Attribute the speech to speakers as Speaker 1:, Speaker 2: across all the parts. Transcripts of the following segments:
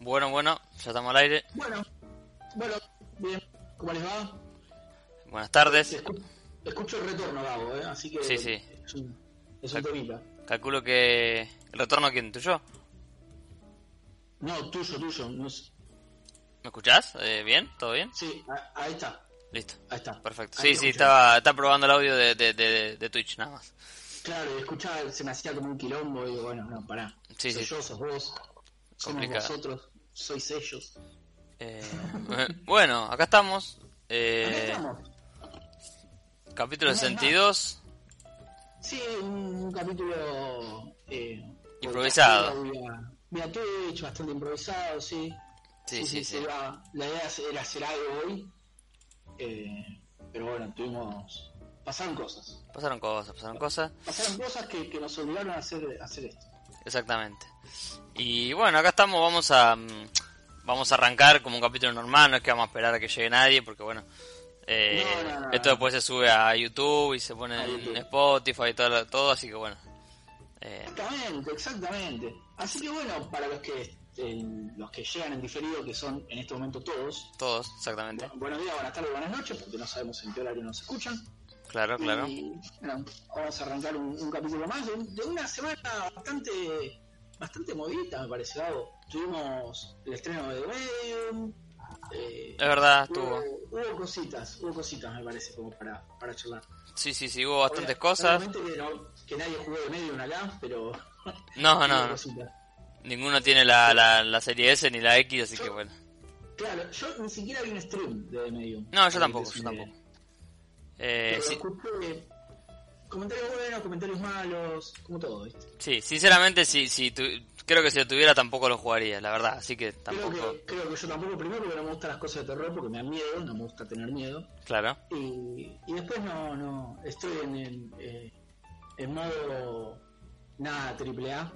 Speaker 1: Bueno, bueno, ya estamos al aire.
Speaker 2: Bueno, bueno, bien. ¿Cómo les va?
Speaker 1: Buenas tardes.
Speaker 2: Escu- Escucho el retorno, Gabo, ¿eh? Así que.
Speaker 1: Sí, sí.
Speaker 2: Es un, es un temita.
Speaker 1: Calculo que el retorno quién tuyo.
Speaker 2: No, tuyo, tuyo. No es-
Speaker 1: ¿Me escuchás? Eh, ¿Bien? ¿Todo bien?
Speaker 2: Sí, a- ahí está.
Speaker 1: Listo.
Speaker 2: Ahí está.
Speaker 1: Perfecto. Sí,
Speaker 2: Ahí Ah, te
Speaker 1: sí,
Speaker 2: escucho.
Speaker 1: estaba, estaba probando el audio de, de- de- de Twitch nada más.
Speaker 2: Claro, y escuchaba, se me hacía como un quilombo. Y digo, bueno, no, pará.
Speaker 1: Sí,
Speaker 2: soy
Speaker 1: sí.
Speaker 2: yo, sos vos. Somos
Speaker 1: Complicado.
Speaker 2: vosotros, sois ellos.
Speaker 1: Eh, bueno, acá estamos. Eh,
Speaker 2: Acá estamos.
Speaker 1: Capítulo
Speaker 2: Una vez
Speaker 1: 62.
Speaker 2: Sí, un, un capítulo. Eh,
Speaker 1: Improvisado.
Speaker 2: Mira, mira, Twitch, bastante improvisado, sí.
Speaker 1: Sí, sí, sí.
Speaker 2: se Pues va. La idea era hacer algo hoy. eh, pero bueno, tuvimos. Pasaron cosas.
Speaker 1: Pasaron cosas, pasaron cosas.
Speaker 2: Pasaron cosas que, que nos obligaron a hacer, a hacer esto.
Speaker 1: Exactamente. Y bueno, acá estamos, vamos a mm, vamos a arrancar como un capítulo normal, no es que vamos a esperar a que llegue nadie, porque bueno, eh,
Speaker 2: No, no, no,
Speaker 1: esto
Speaker 2: no.
Speaker 1: después se sube a YouTube y se pone
Speaker 2: A
Speaker 1: en
Speaker 2: YouTube.
Speaker 1: Spotify y todo, lo- todo, así que bueno. Eh,
Speaker 2: Exactamente, exactamente. Así que bueno, para los que eh, los que llegan en diferido, que son en este momento todos,
Speaker 1: todos, exactamente.
Speaker 2: bu- buenos días, buenas tardes, buenas noches, porque no sabemos en qué horario nos escuchan.
Speaker 1: Claro, claro.
Speaker 2: Y, bueno, vamos a arrancar un, un capítulo más de, un- de una semana bastante bastante movida, me parece, Gabo. Tuvimos el estreno de The Medium. eh,
Speaker 1: Es verdad,
Speaker 2: hubo,
Speaker 1: estuvo.
Speaker 2: hubo cositas, hubo cositas, me parece, como para, para charlar.
Speaker 1: Sí, sí, sí, hubo bastantes
Speaker 2: Obvia-
Speaker 1: cosas.
Speaker 2: obviamente Que, no- que nadie jugó de Medium acá, pero.
Speaker 1: No,
Speaker 2: hubo
Speaker 1: no, no.
Speaker 2: cositas.
Speaker 1: Ninguno tiene la, la, la serie S ni la X, así que bueno.
Speaker 2: Claro, yo ni siquiera vi un stream de The Medium.
Speaker 1: No, yo
Speaker 2: Para
Speaker 1: tampoco,
Speaker 2: que te
Speaker 1: yo
Speaker 2: suene.
Speaker 1: tampoco. Eh,
Speaker 2: Pero
Speaker 1: sí,
Speaker 2: escuché comentarios buenos, comentarios malos, como todo, ¿viste?
Speaker 1: sí, sinceramente, si, si tu- creo que si lo tuviera tampoco lo jugaría, la verdad, así que
Speaker 2: Creo
Speaker 1: tampoco.
Speaker 2: que, creo que yo tampoco, primero porque no me gustan las cosas de terror, porque me dan miedo, no me gusta tener miedo.
Speaker 1: Claro.
Speaker 2: Y, y después no, no, estoy en, en, eh, en modo nada triple A.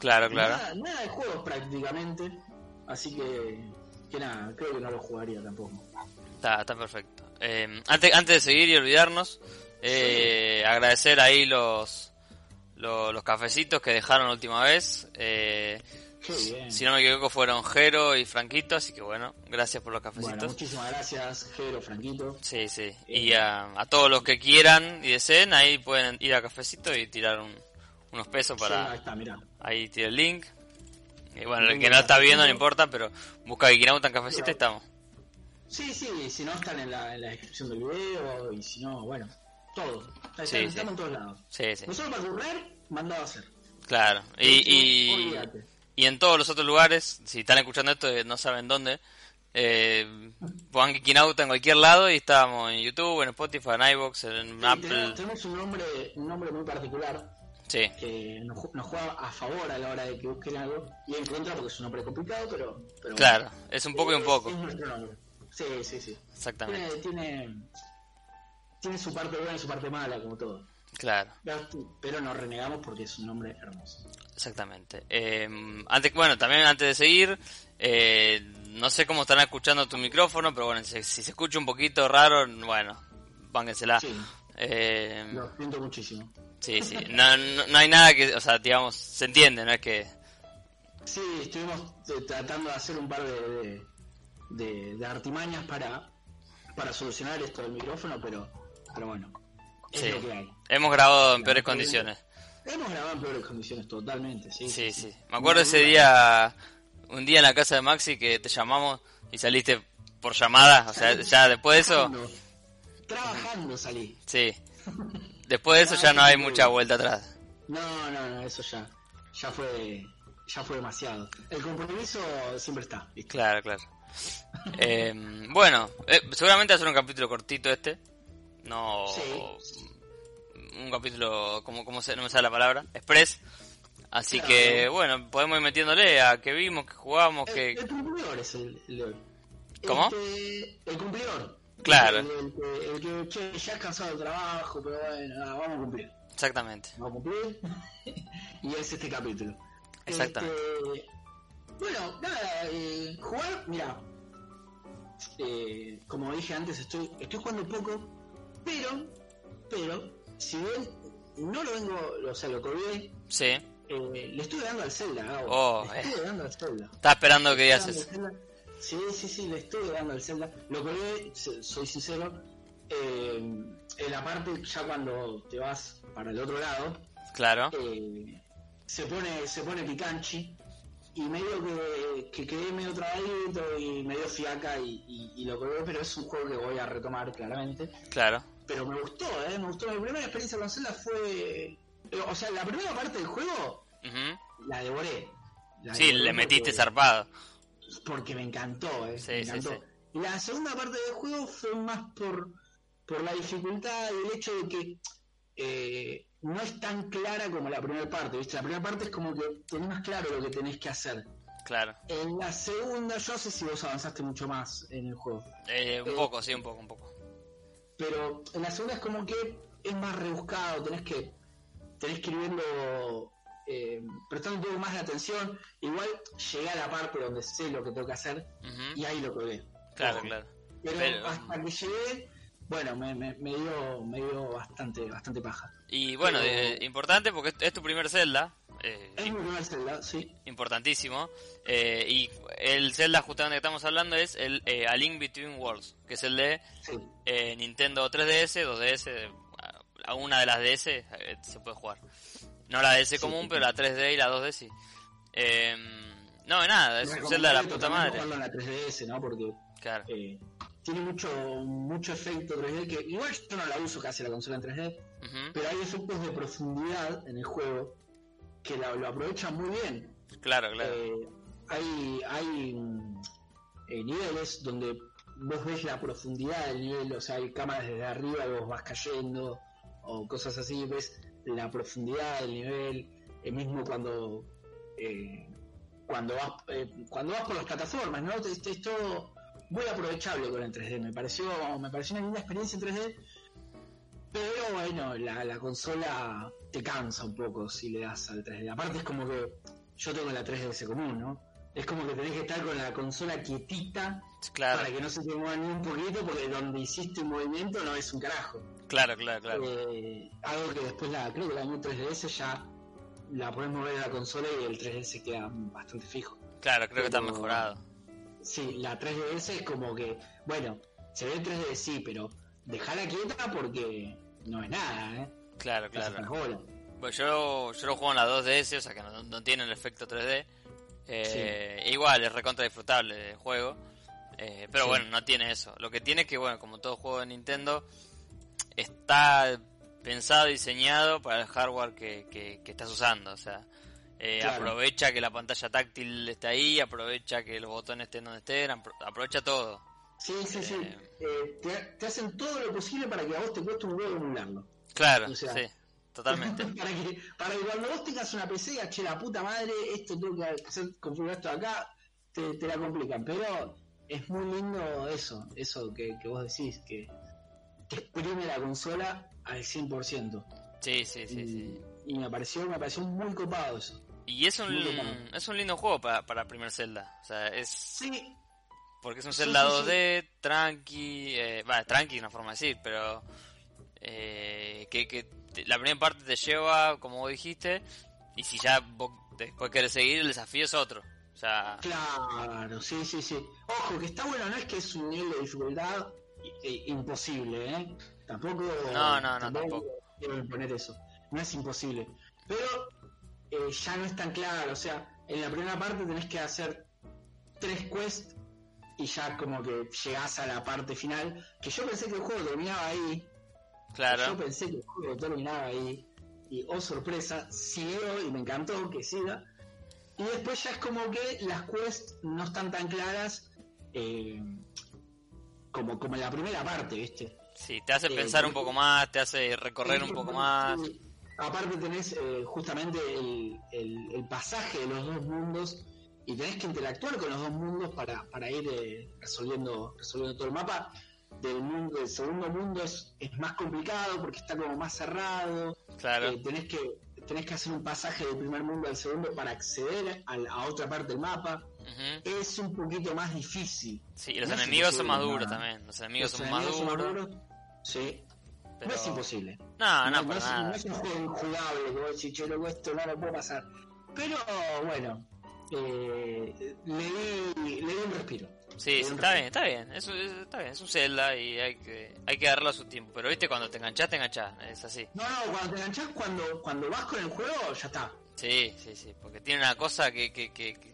Speaker 1: Claro, claro.
Speaker 2: Nada, nada de juegos prácticamente, así que, que nada, creo que no lo jugaría tampoco.
Speaker 1: Está, está perfecto. Eh, antes, antes de seguir y olvidarnos, eh, agradecer ahí los, lo- los, cafecitos que dejaron la última vez. Eh,
Speaker 2: Qué bien.
Speaker 1: si no me equivoco fueron Jero y Franquito, así que bueno, gracias por los
Speaker 2: bueno,
Speaker 1: cafecitos.
Speaker 2: muchísimas gracias, Jero, Franquito.
Speaker 1: sí, sí.
Speaker 2: Eh.
Speaker 1: Y a, a todos los que quieran y deseen, ahí pueden ir a cafecito y tirar un- unos pesos
Speaker 2: Sí, ahí
Speaker 1: para...
Speaker 2: está, mirá.
Speaker 1: Ahí tira el link. Y bueno, el
Speaker 2: Muy
Speaker 1: que no está
Speaker 2: bien.
Speaker 1: viendo no importa, pero busca Vikinauta en cafecito y estamos.
Speaker 2: Sí, sí, si no están en la, en la descripción del video, y si no, bueno, todo. Está-
Speaker 1: Sí,
Speaker 2: están-
Speaker 1: sí.
Speaker 2: Estamos en todos lados.
Speaker 1: Sí, sí.
Speaker 2: Nosotros para currar, mandado a hacer.
Speaker 1: Claro, y, y,
Speaker 2: Olvídate.
Speaker 1: y en todos los otros lugares, si están escuchando esto, eh, no saben dónde, eh, pongan Geekin Out en cualquier lado y estábamos en YouTube, en Spotify, en iVoox, en
Speaker 2: Sí,
Speaker 1: Apple.
Speaker 2: tenemos, tenemos un nombre, un nombre muy particular
Speaker 1: Sí,
Speaker 2: que nos, ju- nos juega a favor a la hora de que busquen algo y en contra porque es un nombre complicado, pero, pero bueno.
Speaker 1: claro, es un poco y un
Speaker 2: Es-
Speaker 1: poco,
Speaker 2: Es nuestro nombre. Sí, sí, sí. Tiene,
Speaker 1: exactamente,
Speaker 2: tiene, tiene su parte buena y su parte mala, como todo.
Speaker 1: claro,
Speaker 2: Pero nos renegamos porque es un nombre hermoso.
Speaker 1: exactamente. Eh, antes, bueno, también antes de seguir, eh, no sé cómo estarán escuchando tu micrófono, pero bueno, si, si se escucha un poquito raro, bueno, póngansela.
Speaker 2: Sí.
Speaker 1: Eh,
Speaker 2: Lo siento muchísimo.
Speaker 1: Sí, sí. No, no, no hay nada que, o sea, digamos, se entiende, no es que...
Speaker 2: Sí, estuvimos eh, tratando de hacer un par de, de- de- de artimañas para, para solucionar esto del micrófono, pero, pero bueno, es
Speaker 1: Sí.
Speaker 2: lo que hay.
Speaker 1: Hemos grabado en peores
Speaker 2: La verdad que
Speaker 1: condiciones.
Speaker 2: Hemos grabado en peores condiciones totalmente, sí.
Speaker 1: Sí, sí. Me acuerdo ese día, un día en la casa de Maxi que te llamamos y saliste por llamada. O sea, ya después de eso,
Speaker 2: Trabajando, trabajando salí.
Speaker 1: sí. Después de eso ya no hay mucha vuelta atrás.
Speaker 2: No, no, no, eso ya, ya fue, ya fue demasiado. El compromiso siempre está. ¿viste?
Speaker 1: Claro, claro. Eh, bueno, eh, seguramente va a ser un capítulo cortito este. No.
Speaker 2: Sí.
Speaker 1: Un capítulo, como, como se, no me sale la palabra, express. Así
Speaker 2: Claro. Eh,
Speaker 1: que, bueno, podemos ir metiéndole a qué vimos, qué jugamos,
Speaker 2: El,
Speaker 1: qué...
Speaker 2: el cumplidor es el, el de hoy.
Speaker 1: ¿Cómo?
Speaker 2: Este, el cumplidor.
Speaker 1: Claro.
Speaker 2: El, el que- el que che, ya es cansado del trabajo, pero bueno, nada, vamos a cumplir.
Speaker 1: Exactamente.
Speaker 2: Vamos a cumplir. y es este capítulo.
Speaker 1: Exactamente.
Speaker 2: Este, bueno, nada, eh, jugar, mira. eh, como dije antes, estoy, estoy jugando poco, pero, pero, si bien no lo vengo, o sea, lo colgué,
Speaker 1: Sí.
Speaker 2: eh, le estuve dando al Zelda, Gabo.
Speaker 1: Oh,
Speaker 2: le estuve dando al Zelda.
Speaker 1: Estaba esperando que digas
Speaker 2: Dando al
Speaker 1: eso.
Speaker 2: Zelda. Sí, sí, sí, le estuve dando al Zelda. Lo colgué, se- soy sincero, eh, en la parte ya cuando te vas para el otro lado,
Speaker 1: Claro.
Speaker 2: eh, se pone se pone picanchi y medio que, que quedé medio trabadito y medio fiaca y, y- y lo colgué, pero es un juego que voy a retomar claramente.
Speaker 1: Claro.
Speaker 2: Pero me gustó, ¿eh? Me gustó. Mi primera experiencia con Zelda fue... eh, O sea, la primera parte del juego
Speaker 1: Ujú.
Speaker 2: la devoré. La
Speaker 1: Sí,
Speaker 2: devoré
Speaker 1: le metiste
Speaker 2: porque,
Speaker 1: zarpado.
Speaker 2: porque me encantó, ¿eh?
Speaker 1: Sí,
Speaker 2: me
Speaker 1: sí,
Speaker 2: encantó.
Speaker 1: sí.
Speaker 2: La segunda parte del juego fue más por, por la dificultad y el hecho de que eh, no es tan clara como la primera parte, ¿viste? La primera parte es como que tenés más claro lo que tenés que hacer.
Speaker 1: Claro.
Speaker 2: En la segunda, yo no sé si vos avanzaste mucho más en el juego,
Speaker 1: Eh, un
Speaker 2: Eh,
Speaker 1: poco, sí, un poco, un poco.
Speaker 2: pero en la segunda es como que es más rebuscado, tenés que, tenés que ir viendo, eh, prestando un poco más de atención. Igual llegué a la parte donde sé lo que tengo que hacer
Speaker 1: Ujú.
Speaker 2: y ahí lo colgué.
Speaker 1: Claro,
Speaker 2: Ojo.
Speaker 1: claro.
Speaker 2: Pero,
Speaker 1: Pero- mm.
Speaker 2: hasta que llegué, bueno, me, me, me dio, me dio bastante, bastante paja.
Speaker 1: Y bueno,
Speaker 2: Pero-
Speaker 1: eh, importante porque es, es tu primer Zelda. eh,
Speaker 2: Es mi primer Zelda, sí.
Speaker 1: importantísimo. eh, y el Zelda justamente que estamos hablando es el eh, A Link Between Worlds, que es el de
Speaker 2: sí.
Speaker 1: eh, Nintendo 3DS, 2DS, eh, a una de las DS eh, se puede jugar. No la DS común, pero la 3D y la 2D sí. Eh, no, nada, es un Zelda de la puta madre.
Speaker 2: Jugarlo en la 3DS, ¿no? Porque
Speaker 1: Claro,
Speaker 2: eh, tiene mucho, mucho efecto 3D que igual yo no la uso casi la consola en 3D,
Speaker 1: ujú,
Speaker 2: pero hay efectos de profundidad en el juego que la- lo aprovechan muy bien.
Speaker 1: claro, claro.
Speaker 2: Eh, hay hay mm, eh, niveles donde vos ves la profundidad del nivel, o sea, hay cámaras desde arriba y vos vas cayendo, o cosas así, ves la profundidad del nivel, eh, mismo cuando eh, cuando vas eh, cuando vas por las plataformas, ¿no? Es, es todo muy aprovechable con el 3D, me pareció, me pareció una linda experiencia en 3D, pero bueno, la, la consola te cansa un poco si le das al 3D. Aparte es como que yo tengo la 3DS común, ¿no? Es como que tenés que estar con la consola quietita para
Speaker 1: Claro,
Speaker 2: que no se te mueva ni un poquito porque donde hiciste un movimiento no es un carajo.
Speaker 1: claro, claro, claro.
Speaker 2: Eh, algo que después la, creo que la New 3DS ya la podés mover a la consola y el 3DS queda bastante fijo.
Speaker 1: Claro, creo que está
Speaker 2: pero-
Speaker 1: mejorado.
Speaker 2: Sí, la 3DS es como que, bueno, se ve el 3D sí, pero dejala quieta porque no es nada, ¿eh?
Speaker 1: Claro,
Speaker 2: Te hace
Speaker 1: claro.
Speaker 2: unas bolas.
Speaker 1: Bueno, yo, yo lo juego en la 2DS, o sea que no, no tiene el efecto 3D. Eh, Igual, es recontra disfrutable el juego. Eh, pero
Speaker 2: Sí.
Speaker 1: bueno, no tiene eso. Lo que tiene es que, bueno, como todo juego de Nintendo, está pensado, diseñado para el hardware que, que- que estás usando. O sea, eh,
Speaker 2: Claro.
Speaker 1: aprovecha que la pantalla táctil esté ahí, aprovecha que los botones estén donde estén, apro- aprovecha todo.
Speaker 2: Sí, sí, sí.
Speaker 1: Eh.
Speaker 2: Eh, te, te hacen todo lo posible para que a vos te cueste un huevo emularlo.
Speaker 1: Claro,
Speaker 2: O sea-
Speaker 1: sí, totalmente.
Speaker 2: para, que, para que cuando vos tengas una PC y digas, che, la puta madre, esto tengo que hacer, configurar esto acá, te, te la complican. Pero es muy lindo eso, eso que, que vos decís, que te exprime la consola al 100%.
Speaker 1: Sí, sí, sí, sí.
Speaker 2: Y, y me pareció, me pareció muy copado eso.
Speaker 1: Y es
Speaker 2: Muy bueno.
Speaker 1: un, es un lindo juego para, para primer Zelda. O sea, es,
Speaker 2: Sí,
Speaker 1: Porque es un
Speaker 2: Sí,
Speaker 1: Zelda
Speaker 2: sí, sí.
Speaker 1: 2D, tranqui, eh, va, tranqui es una forma de decir, pero eh, que, que te- la primera parte te lleva, como vos dijiste, y si ya vos después querés seguir, el desafío es otro. O sea,
Speaker 2: Claro, sí, sí, sí. Ojo, que está bueno, no es que es un nivel de dificultad i- i- imposible, ¿eh? Tampoco.
Speaker 1: No, no, no, tampoco.
Speaker 2: Quiero imponer eso. No es imposible. Pero eh, ya no es tan claro, o sea, en la primera parte tenés que hacer tres quests y ya como que llegás a la parte final. Que yo pensé que el juego terminaba ahí. Yo
Speaker 1: claro,
Speaker 2: pensé que el juego terminaba ahí. Y oh sorpresa, siguió y me encantó que siga. Y después ya es como que las quests no están tan claras eh, como, como en la primera parte, ¿viste?
Speaker 1: sí, te hace
Speaker 2: eh,
Speaker 1: pensar un
Speaker 2: yo-
Speaker 1: poco más, te hace recorrer un poco más.
Speaker 2: Sí, Aparte tenés eh, justamente el, el- el pasaje de los dos mundos y tenés que interactuar con los dos mundos para, para ir eh, resolviendo, resolviendo todo el mapa. Del mundo, el segundo mundo es, es más complicado porque está como más cerrado.
Speaker 1: Claro.
Speaker 2: Eh, tenés que tenés que hacer un pasaje del primer mundo al segundo para acceder al- a otra parte del mapa.
Speaker 1: Ujú.
Speaker 2: Es un poquito más difícil.
Speaker 1: Sí, y los
Speaker 2: No es
Speaker 1: enemigos son más
Speaker 2: imposible,
Speaker 1: duros
Speaker 2: nada.
Speaker 1: también. Los enemigos
Speaker 2: Los
Speaker 1: son más
Speaker 2: enemigos
Speaker 1: duros.
Speaker 2: Sí.
Speaker 1: pero-
Speaker 2: No es imposible.
Speaker 1: No, no,
Speaker 2: no,
Speaker 1: para
Speaker 2: es,
Speaker 1: nada.
Speaker 2: no es un juego injugable que vos decís, che, loco, esto no lo puedo pasar. Pero bueno, eh, le, di, le di un respiro.
Speaker 1: Sí, sí, está bien, está bien. Es, un- es- está bien, es un Zelda y hay que, hay que darlo a su tiempo. Pero viste, cuando te enganchás, te enganchás. Es así.
Speaker 2: No, no, cuando te enganchás, cuando, cuando vas con el juego, ya está.
Speaker 1: Sí, sí, sí. Porque tiene una cosa que. que, que- que-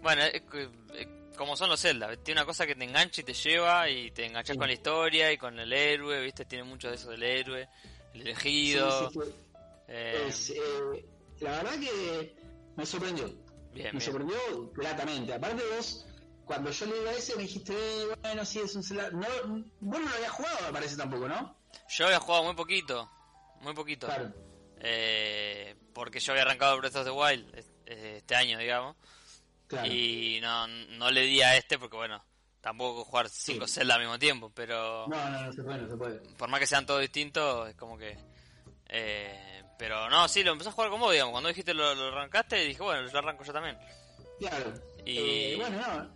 Speaker 1: Bueno, es que- eh, como son los Zelda, tiene una cosa que te engancha y te lleva y te enganchas
Speaker 2: Sí.
Speaker 1: con la historia y con el héroe, viste. Tiene mucho de eso del héroe, el
Speaker 2: Sí,
Speaker 1: elegido.
Speaker 2: sí, fue-
Speaker 1: eh,
Speaker 2: es, eh, la verdad que me sorprendió.
Speaker 1: bien,
Speaker 2: me
Speaker 1: bien.
Speaker 2: sorprendió gratamente. Aparte vos, cuando yo le digo a ese, me dijiste, eh, bueno, sí, es un celular. No, vos no lo habías jugado, me parece tampoco, ¿no?
Speaker 1: Yo había jugado muy poquito, muy poquito.
Speaker 2: Claro.
Speaker 1: Eh, porque yo había arrancado Breath of the Wild es- eh, este año, digamos.
Speaker 2: Claro.
Speaker 1: Y no, no le di a este porque, bueno, tampoco puedo jugar cinco Zelda al mismo tiempo, pero
Speaker 2: No, no, no se puede, no se puede.
Speaker 1: por más que sean todos distintos, es como que... eh, pero no, sí, lo empecé a jugar con vos, digamos. Cuando dijiste lo, lo arrancaste, dije, bueno, lo arranco yo también.
Speaker 2: Claro.
Speaker 1: Y-
Speaker 2: Eh, bueno, no.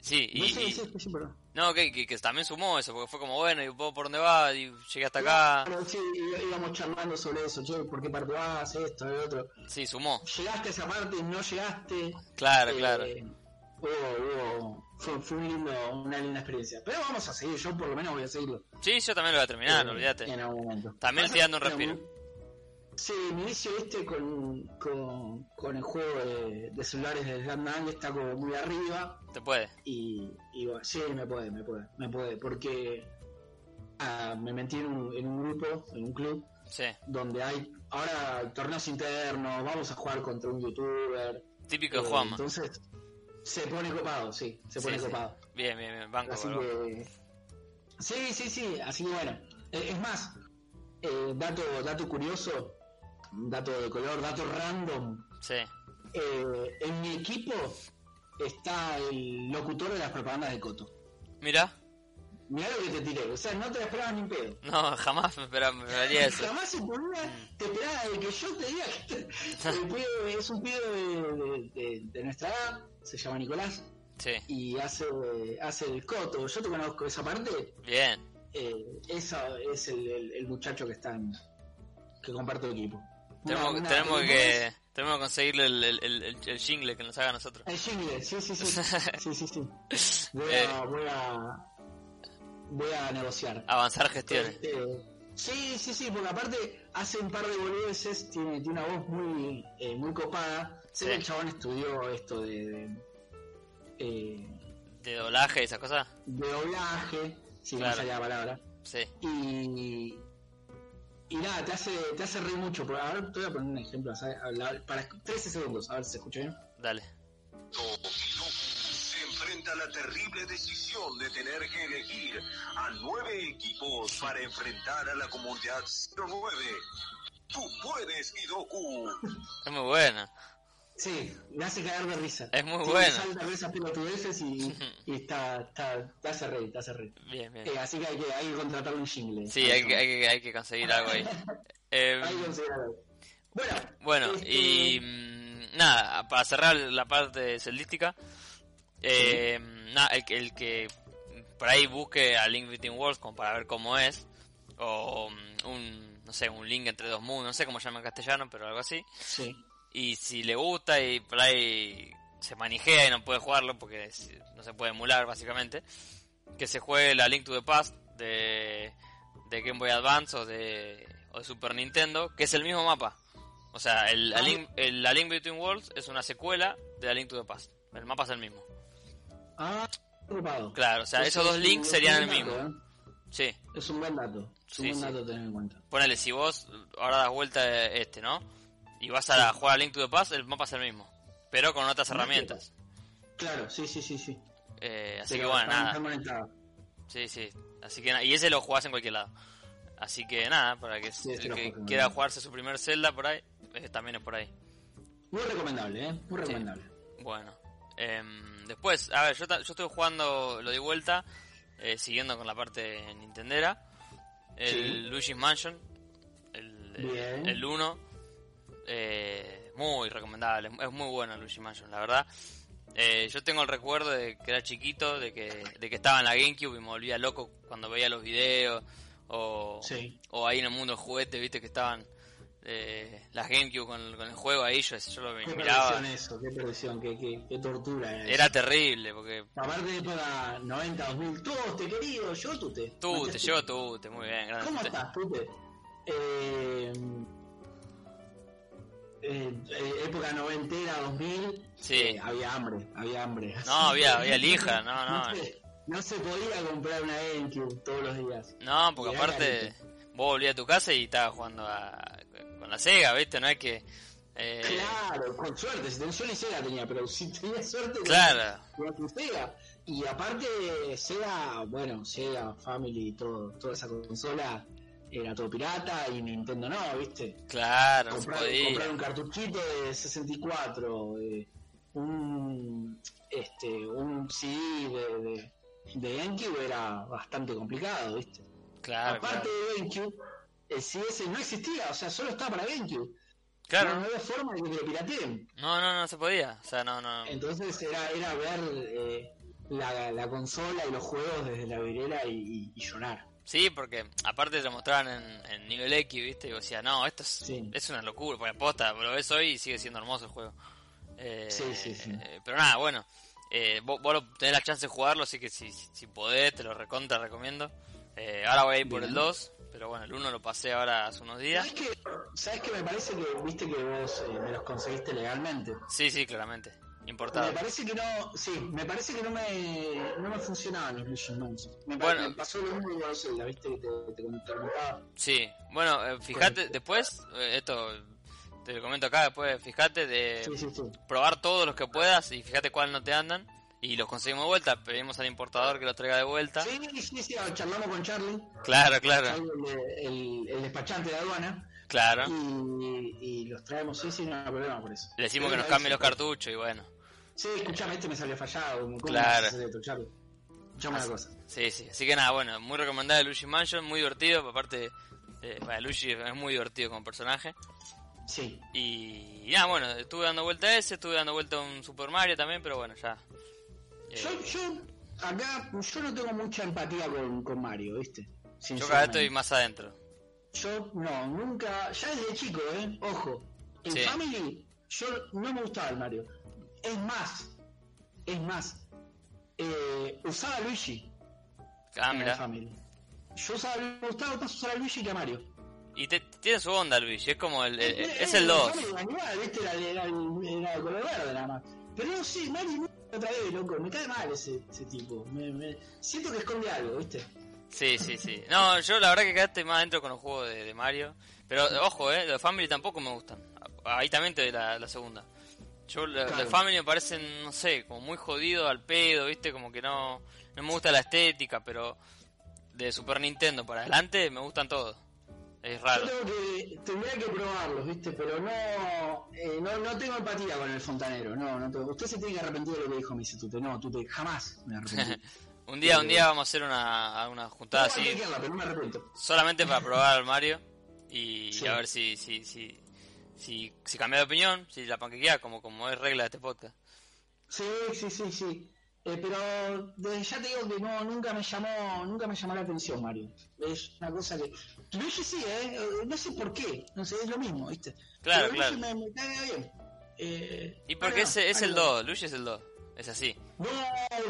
Speaker 1: Sí, y...
Speaker 2: No sé,
Speaker 1: y-
Speaker 2: sí, sí, sí, pero-
Speaker 1: no, que, que, que también sumó eso, porque fue como, bueno, ¿y vos por dónde vas? Y llegué hasta acá.
Speaker 2: Claro, sí, í- íbamos charlando sobre eso, che, ¿por qué parte vas? Esto, el otro.
Speaker 1: Sí, sumó.
Speaker 2: ¿Llegaste a esa parte? ¿No llegaste?
Speaker 1: Claro,
Speaker 2: Eh,
Speaker 1: claro.
Speaker 2: hubo- hubo- fue, fue un lindo, una linda experiencia. Pero vamos a seguir, yo por lo menos voy a seguirlo.
Speaker 1: Sí, yo también lo voy a terminar,
Speaker 2: Eh,
Speaker 1: olvídate.
Speaker 2: En algún momento.
Speaker 1: También estoy dando un
Speaker 2: Bueno,
Speaker 1: respiro.
Speaker 2: Sí, mi inicio, viste, con, con, con el juego de, de celulares de Slam está como muy arriba.
Speaker 1: Te puede.
Speaker 2: Y, y bueno, sí, me puede, me puede, me puede, porque ah, me metí en un, en un grupo, en un club,
Speaker 1: Sí.
Speaker 2: donde hay ahora torneos internos, vamos a jugar contra un youtuber.
Speaker 1: Típico de
Speaker 2: eh,
Speaker 1: Juanma.
Speaker 2: Entonces, se pone copado, sí, se
Speaker 1: Sí,
Speaker 2: pone
Speaker 1: sí.
Speaker 2: copado.
Speaker 1: Bien, bien, bien. Banco,
Speaker 2: Así
Speaker 1: boludo.
Speaker 2: que. eh. Sí, sí, sí, así que bueno. Eh, Es más, eh, dato, dato curioso, dato de color, dato random.
Speaker 1: Sí.
Speaker 2: eh, en mi equipo está el locutor de las propagandas de Coto.
Speaker 1: Mira.
Speaker 2: Mirá lo que te tiré, o sea, no te la esperabas ni en pedo.
Speaker 1: No, jamás me esperaba, me esperaría eso.
Speaker 2: Jamás en tu vida te esperabas de que yo te diga que el pibe es un pibe de, de- de- de nuestra edad, se llama Nicolás,
Speaker 1: Sí.
Speaker 2: y hace, hace el coto. Yo te conozco esa parte,
Speaker 1: Bien.
Speaker 2: eh, esa es el, el- el muchacho que está en, que comparte el equipo.
Speaker 1: Tenemos,
Speaker 2: Una- una-
Speaker 1: tenemos que tenemos que conseguirle el, el, el, el- el jingle que nos haga a nosotros.
Speaker 2: El jingle, sí, sí, sí. sí, sí,
Speaker 1: Eh.
Speaker 2: sí. Voy, a, voy a. Voy a negociar.
Speaker 1: Avanzar gestiones.
Speaker 2: Este, sí, sí, sí, porque aparte hace un par de boludeces, tiene, tiene una voz muy, eh, muy copada. Sé
Speaker 1: Sí.
Speaker 2: que el chabón estudió esto de. de, eh,
Speaker 1: De doblaje y esas cosas.
Speaker 2: de doblaje, si no
Speaker 1: Claro.
Speaker 2: me salía la palabra.
Speaker 1: Sí.
Speaker 2: Y. Y nada, te hace, te hace reír mucho. Por- A ver, te voy a poner un ejemplo. ¿sabes? A la- Para 13 segundos, a ver si se escucha bien.
Speaker 1: Dale.
Speaker 3: Tokidoku se enfrenta a la terrible decisión de tener que elegir a nueve equipos para enfrentar a la comunidad 09. Tú puedes, Kidoku.
Speaker 1: Es muy bueno.
Speaker 2: Sí, me hace caer de risa.
Speaker 1: Es muy
Speaker 2: Sí,
Speaker 1: bueno.
Speaker 2: Salta de esas pelotudeces y, y está, está, te hace reír, te hace reír.
Speaker 1: Bien, bien.
Speaker 2: Eh, así que hay que, hay que contratar un jingle.
Speaker 1: Sí, hay que, hay que, hay que conseguir algo ahí. Eh,
Speaker 2: Hay que conseguir algo. Bueno,
Speaker 1: Bueno,
Speaker 2: este,
Speaker 1: y mm, nada, para cerrar la parte celdística, eh, nada, el, que- el que por ahí busque a Link Between Worlds como para ver cómo es, o mm, un, no sé, un link entre dos mundos, no sé cómo se llama en castellano, pero algo así,
Speaker 2: Sí,
Speaker 1: y si le gusta y por ahí se manijea y no puede jugarlo porque es- no se puede emular básicamente, que se juegue la Link to the Past de, de Game Boy Advance o de, o de Super Nintendo, que es el mismo mapa. O sea, el, la, Link, el- la Link Between Worlds es una secuela de la Link to the Past. El mapa es el mismo.
Speaker 2: Ah, ocupado.
Speaker 1: Claro, o sea, esos dos links serían el mismo. Sí.
Speaker 2: ¿eh? Es un buen dato. Es un
Speaker 1: Sí,
Speaker 2: buen
Speaker 1: sí.
Speaker 2: dato tener en cuenta.
Speaker 1: Ponele, si vos ahora das vuelta eh, este, ¿no? Y vas a la- jugar a Link to the Past, el mapa es el mismo. Pero con otras herramientas.
Speaker 2: Claro, sí, sí, sí, sí.
Speaker 1: Eh, así
Speaker 2: Pero
Speaker 1: que bueno,
Speaker 2: están-
Speaker 1: nada.
Speaker 2: están conectados.
Speaker 1: Sí, sí. Así que na- y ese lo jugás en cualquier lado. Así que nada, para que
Speaker 2: Sí,
Speaker 1: el
Speaker 2: este lo
Speaker 1: que
Speaker 2: juego que
Speaker 1: quiera
Speaker 2: me-
Speaker 1: jugarse su primer Zelda por ahí, eh, también es por ahí.
Speaker 2: Muy recomendable, ¿eh? Muy recomendable.
Speaker 1: Bueno, em, después, a ver, yo, ta- yo estoy jugando, lo di vuelta, eh, siguiendo con la parte Nintendera. El
Speaker 2: Sí.
Speaker 1: Luigi's Mansion, el-
Speaker 2: Bien.
Speaker 1: el 1. eh, muy recomendable, es muy bueno Luigi's Mansion, la verdad. Eh, yo tengo el recuerdo de que era chiquito, de que, de que estaba en la GameCube y me volvía loco cuando veía los videos. O,
Speaker 2: Sí.
Speaker 1: o ahí en el mundo de juguetes, viste que estaban eh, las GameCube con, con el juego ahí. Yo, yo lo
Speaker 2: Qué
Speaker 1: miraba.
Speaker 2: perdición eso, qué perdición, qué, qué, qué tortura. Era, eso.
Speaker 1: Era terrible, porque
Speaker 2: Aparte de época 90, 2000, todos te querido, yo tute.
Speaker 1: tú, te
Speaker 2: Manchester.
Speaker 1: llevo tú, te muy bien, grande.
Speaker 2: ¿Cómo
Speaker 1: Te-
Speaker 2: estás, tute? Eh, eh, eh, época noventera, 2000,
Speaker 1: Sí.
Speaker 2: eh, había hambre, había hambre.
Speaker 1: No, había- había lija, no, no.
Speaker 2: se, no se podía comprar una GameCube todos los días.
Speaker 1: No, porque
Speaker 2: Mirá,
Speaker 1: aparte vos volvías a tu casa y estabas jugando a- con la Sega, viste, no es que... eh,
Speaker 2: Claro, con suerte, si tenés suerte, Sega tenía, pero si tenías suerte,
Speaker 1: Claro.
Speaker 2: tenía tu Sega. Y aparte, Sega, bueno, Sega, Family, todo, toda esa consola era todo pirata y Nintendo no, ¿viste?
Speaker 1: Claro, no se
Speaker 2: comprar,
Speaker 1: podía.
Speaker 2: comprar un cartuchito de 64, eh, un, este, un CD de, de, de GameCube era bastante complicado, ¿viste?
Speaker 1: Claro,
Speaker 2: Aparte
Speaker 1: claro.
Speaker 2: de GameCube, el CS no existía, o sea, solo estaba para GameCube. No, no
Speaker 1: Claro,
Speaker 2: había forma de que lo pirateen.
Speaker 1: no, no, no se podía. O sea, no, no.
Speaker 2: Entonces era, era ver eh, la, la consola y los juegos desde la vidriera y, y- y llorar.
Speaker 1: Sí, porque aparte te lo mostraban en, en nivel X, viste, y vos decías, no, esto es,
Speaker 2: Sí.
Speaker 1: es una locura, porque posta, lo ves hoy y sigue siendo hermoso el juego. Eh,
Speaker 2: Sí, sí, sí.
Speaker 1: eh, pero nada, bueno, eh, vos, vos lo- tenés la chance de jugarlo, así que si, si, si podés, te lo recontra recomiendo. Eh, ahora voy a ir por
Speaker 2: Bien.
Speaker 1: el 2, pero bueno, el 1 lo pasé ahora hace unos días.
Speaker 2: ¿Sabes que, ¿Sabes que me parece que viste que vos eh, me los conseguiste legalmente?
Speaker 1: Sí, sí, claramente, importado.
Speaker 2: Me parece que no, sí, me parece que no me, no me funcionaban los Luigi's Mansion. Me, pa-
Speaker 1: Bueno.
Speaker 2: me pasó lo mismo que con Zelda, viste que te, te comentaba.
Speaker 1: Sí, bueno, eh, fíjate,
Speaker 2: Correcto.
Speaker 1: después, eh, esto te lo comento acá, después fíjate de...
Speaker 2: Sí, sí, sí.
Speaker 1: probar todos los que puedas y fíjate cuál no te andan y los conseguimos de vuelta, pedimos al importador que los traiga de vuelta.
Speaker 2: Sí, sí, sí, ah, charlamos con Charlie,
Speaker 1: Claro, claro,
Speaker 2: Charlie, el, el- el despachante de aduana,
Speaker 1: claro.
Speaker 2: y, y los traemos, sí, sí, no hay problema por eso.
Speaker 1: Le decimos que
Speaker 2: Pero
Speaker 1: nos
Speaker 2: ahí
Speaker 1: cambie
Speaker 2: sí.
Speaker 1: los cartuchos y bueno.
Speaker 2: Sí, escuchame, este me salió fallado. ¿cómo
Speaker 1: Claro.
Speaker 2: me haces esto, Charlie? Escuchame una cosa.
Speaker 1: Sí, sí, así que nada, bueno, muy recomendable Luigi Mansion, muy divertido, aparte, eh, bueno, Luigi es muy divertido como personaje.
Speaker 2: Sí,
Speaker 1: Y, y nada, bueno, estuve dando vuelta a ese, estuve dando vuelta a un Super Mario también, pero bueno, ya. Eh,
Speaker 2: yo, yo, acá, yo no tengo mucha empatía con, con Mario, viste.
Speaker 1: yo cada vez
Speaker 2: Sinceramente.
Speaker 1: estoy más adentro.
Speaker 2: Yo no, nunca, ya desde chico, ¿eh? Ojo, en
Speaker 1: Sí.
Speaker 2: Family yo no me gustaba el Mario. Es más, es más, eh, usaba a Luigi
Speaker 1: Ah,
Speaker 2: en el
Speaker 1: mira.
Speaker 2: Family. Yo usaba, me gustaba más usar a Luigi que a Mario.
Speaker 1: Y te- tiene su onda Luigi, es como el... el-
Speaker 2: Eh,
Speaker 1: es
Speaker 2: eh,
Speaker 1: el 2.
Speaker 2: Family era igual, ¿viste? Era, era- era de color verde nada más. Pero no sé, Mario no- otra vez, loco, me cae mal ese, ese tipo. Me- me- siento que esconde algo, ¿viste?
Speaker 1: Sí, sí, sí. No, yo la verdad que quedaste más adentro con los juegos de, de Mario. Pero ojo, eh, los Family tampoco me gustan. Ahí también te doy la, la segunda. Yo, la-
Speaker 2: Claro.
Speaker 1: los Family me parecen, no sé, como muy jodido al pedo, ¿viste? Como que no, no me gusta la estética, pero de Super Nintendo para adelante me gustan todos. Es raro.
Speaker 2: Yo tengo que, tendría que probarlos, ¿viste? Pero no, eh, no, no tengo empatía con el fontanero, no, no tengo. Usted se tiene que arrepentir de lo que dijo, me dice Tute. No, Tute, jamás me arrepentí.
Speaker 1: Un día, un día vamos a hacer una, una
Speaker 2: No,
Speaker 1: juntada
Speaker 2: hay que
Speaker 1: así,
Speaker 2: quererla, pero no me arrepiento.
Speaker 1: solamente para probar al Mario y
Speaker 2: Sí.
Speaker 1: a ver si, si, si, si, si cambia de opinión, si la panquequea, como, como es regla de este podcast.
Speaker 2: Sí, sí, sí, sí. Eh, pero desde ya te digo que no, nunca me llamó, nunca me llamó la atención Mario. Es una cosa que. Luigi sí, eh, eh, no sé por qué, no sé, es lo mismo, ¿viste?
Speaker 1: Claro,
Speaker 2: Pero Luigi
Speaker 1: claro.
Speaker 2: me, me cae bien. Eh,
Speaker 1: Y porque
Speaker 2: Mario no,
Speaker 1: ese es
Speaker 2: Mario
Speaker 1: el
Speaker 2: no.
Speaker 1: 2, Luigi es el 2, es así.
Speaker 2: No,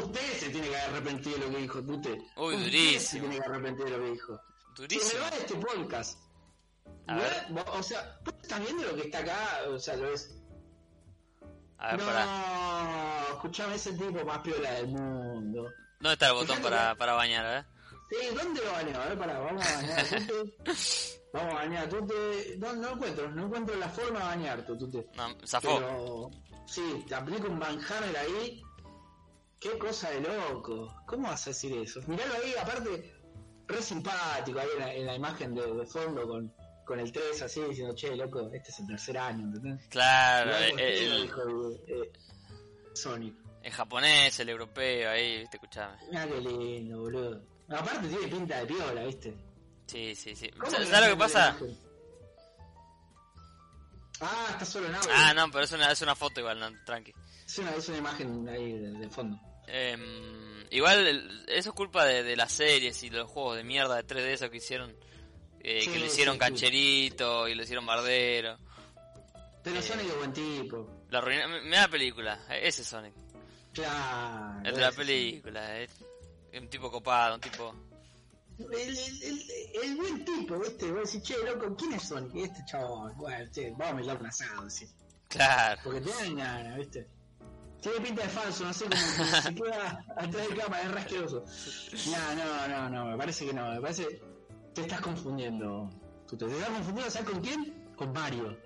Speaker 2: usted se tiene que arrepentir de lo que dijo, Tute.
Speaker 1: Uy,
Speaker 2: Usted
Speaker 1: durísimo.
Speaker 2: se tiene que arrepentir de lo que dijo. Se me
Speaker 1: Durísimo.
Speaker 2: va de este podcast.
Speaker 1: A
Speaker 2: ¿Ve?
Speaker 1: ver.
Speaker 2: Vos- O sea, ¿vos estás viendo lo que está acá? O sea, lo ves.
Speaker 1: A ver,
Speaker 2: no,
Speaker 1: pará.
Speaker 2: escuchame, ese tipo más piola del mundo.
Speaker 1: ¿Dónde está el botón
Speaker 2: Fíjate
Speaker 1: para,
Speaker 2: que-
Speaker 1: para bañar, eh?
Speaker 2: Sí, ¿dónde lo baneo? A ver, pará, vamos a bañar a Tute. Vamos a bañar a Tute. No, no encuentro, no encuentro la forma de bañarte, Tute.
Speaker 1: No, zafó.
Speaker 2: Pero, sí, te aplico un banhammer ahí. Qué cosa de loco. ¿Cómo vas a decir eso? Miralo ahí, aparte, re simpático ahí en la, en la imagen de, de fondo con, con el 3 así diciendo, che, loco, este es el tercer año, ¿entendés?
Speaker 1: Claro, eh,
Speaker 2: Igual
Speaker 1: el,
Speaker 2: como
Speaker 1: el-
Speaker 2: lo dijo, eh, Sonic.
Speaker 1: el japonés, el europeo, ahí, viste, escuchame.
Speaker 2: Ah, qué lindo, boludo. Aparte tiene pinta de piola, ¿viste?
Speaker 1: Sí, sí, sí.
Speaker 2: ¿Cómo
Speaker 1: ¿Sabes
Speaker 2: no
Speaker 1: lo que
Speaker 2: entiendo la
Speaker 1: pasa?
Speaker 2: imagen? Ah, está solo en audio.
Speaker 1: Ah, no, pero es una, es una foto igual, no, tranqui.
Speaker 2: Es una, es una imagen ahí de, de fondo.
Speaker 1: Em, igual, el- eso es culpa de, de las series y de los juegos de mierda de 3D, eso que hicieron. eh,
Speaker 2: Sí,
Speaker 1: que le hicieron
Speaker 2: sí, sí.
Speaker 1: cancherito y lo hicieron bardero.
Speaker 2: Pero
Speaker 1: Eh.
Speaker 2: Sonic es buen tipo.
Speaker 1: La arruinaron. Me, me da película, eh, ese Sonic.
Speaker 2: Claro.
Speaker 1: El de la
Speaker 2: ese
Speaker 1: película, eh. Es Un tipo copado, un tipo.
Speaker 2: El, el- el- el buen tipo, ¿viste? Vos decís, che, loco, ¿quién es Sonic? Y Este chabón, bueno, che, vamos a bailar un asado, decís.
Speaker 1: Claro.
Speaker 2: Porque te dan ganas, ¿viste? Tiene pinta de falso, no sé cómo se queda atrás de cámara, es rasqueroso. No, no, no, no, me parece que no, me parece. Te estás confundiendo. Tú te estás confundiendo, ¿sabes con quién? Con Mario.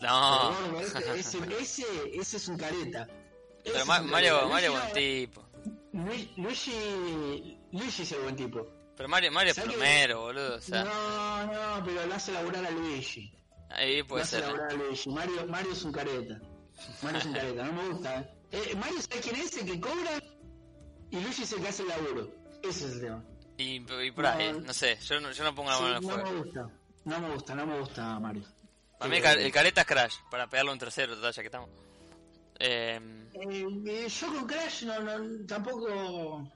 Speaker 1: No.
Speaker 2: Pero bueno, ese, Este, ese, ese, ese es un careta. Ese
Speaker 1: Pero
Speaker 2: es
Speaker 1: Ma-
Speaker 2: un
Speaker 1: Mario,
Speaker 2: careta.
Speaker 1: Mario
Speaker 2: Luigi
Speaker 1: buen
Speaker 2: no-
Speaker 1: tipo.
Speaker 2: Lu- Luigi. Luigi es el buen tipo.
Speaker 1: Pero Mario, Mario es
Speaker 2: ¿Sabes qué?
Speaker 1: plomero, boludo. O sea,
Speaker 2: No, no, pero lo hace laburar a Luigi.
Speaker 1: ahí
Speaker 2: Lo
Speaker 1: puede
Speaker 2: hace
Speaker 1: ser. ¿eh?
Speaker 2: laburar a Luigi. Mario, Mario es un careta. Mario es un careta, no me gusta. ¿eh? Eh, Mario, ¿sabes quién es? El que cobra y Luigi es el que hace el laburo. Ese es el tema.
Speaker 1: Y, y por ahí,
Speaker 2: No.
Speaker 1: no sé, yo no, yo no pongo la
Speaker 2: Sí,
Speaker 1: mano en el
Speaker 2: no
Speaker 1: fuego.
Speaker 2: me gusta. No me gusta, no me gusta Mario.
Speaker 1: Para mí el, ca- el careta es Crash, para pegarle un tercero, total, ya que estamos. Eh,
Speaker 2: Eh, eh, yo con Crash no, no, tampoco.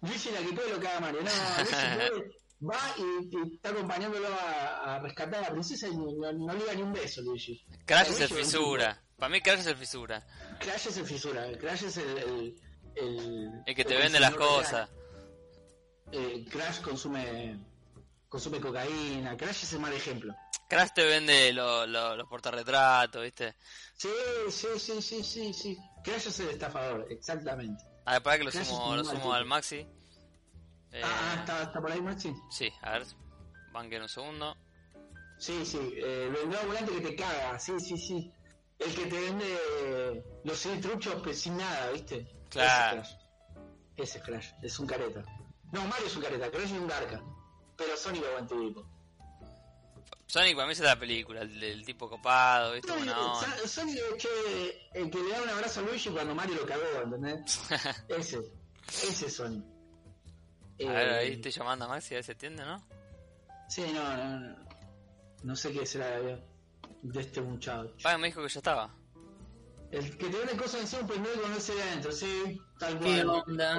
Speaker 2: Luigi la que todo lo que haga Mario. No, Luigi pobre, va y, y está acompañándolo a, a rescatar a la princesa y no, no- no le da ni un beso, Luigi.
Speaker 1: Crash
Speaker 2: Para
Speaker 1: es el
Speaker 2: Luigi,
Speaker 1: fisura. Para mí Crash es el fisura.
Speaker 2: Crash es el fisura, el Crash es el. El, el-
Speaker 1: El que te
Speaker 2: el
Speaker 1: vende las
Speaker 2: consumidor
Speaker 1: cosas.
Speaker 2: real. Eh, Crash consume. Consume cocaína, Crash es el mal ejemplo.
Speaker 1: Crash te vende lo- lo- los portarretratos, ¿viste?
Speaker 2: Sí, sí, sí, sí, sí, sí. Crash es el estafador, exactamente.
Speaker 1: A ver, para Ah, que lo
Speaker 2: Crash es
Speaker 1: sumo,
Speaker 2: un
Speaker 1: lo
Speaker 2: mal
Speaker 1: sumo
Speaker 2: tipo.
Speaker 1: al maxi. Eh,
Speaker 2: Ah, ah, ¿está, está por ahí, Maxi.
Speaker 1: Sí, a ver, banquen un segundo.
Speaker 2: Sí, sí, eh, el vendedor ambulante que te caga, sí, sí, sí. El que te vende eh, los CD truchos pero sin nada, ¿viste?
Speaker 1: Claro.
Speaker 2: Ese es Crash. Ese es Crash, es un careta. No, Mario es un careta, Crash es un garca. Pero Sonic es buen tipo.
Speaker 1: Sonic para mí esa es la película, el, el tipo copado, ¿viste?
Speaker 2: Sonic,
Speaker 1: Bueno,
Speaker 2: Son- Sonic es que- el que le da un abrazo a Luigi cuando Mario lo cagó, ¿entendés? ese, ese es Sonic.
Speaker 1: a ver,
Speaker 2: Eh,
Speaker 1: ahí estoy llamando a Maxi, a ver si atiende, ¿no?
Speaker 2: Sí, no, no, no. No sé qué será de, de este muchacho.
Speaker 1: Paga, me dijo que ya estaba.
Speaker 2: El que te vende cosas encima, pues no lo conoce de adentro, sí, tal cual.
Speaker 4: ¿Qué onda?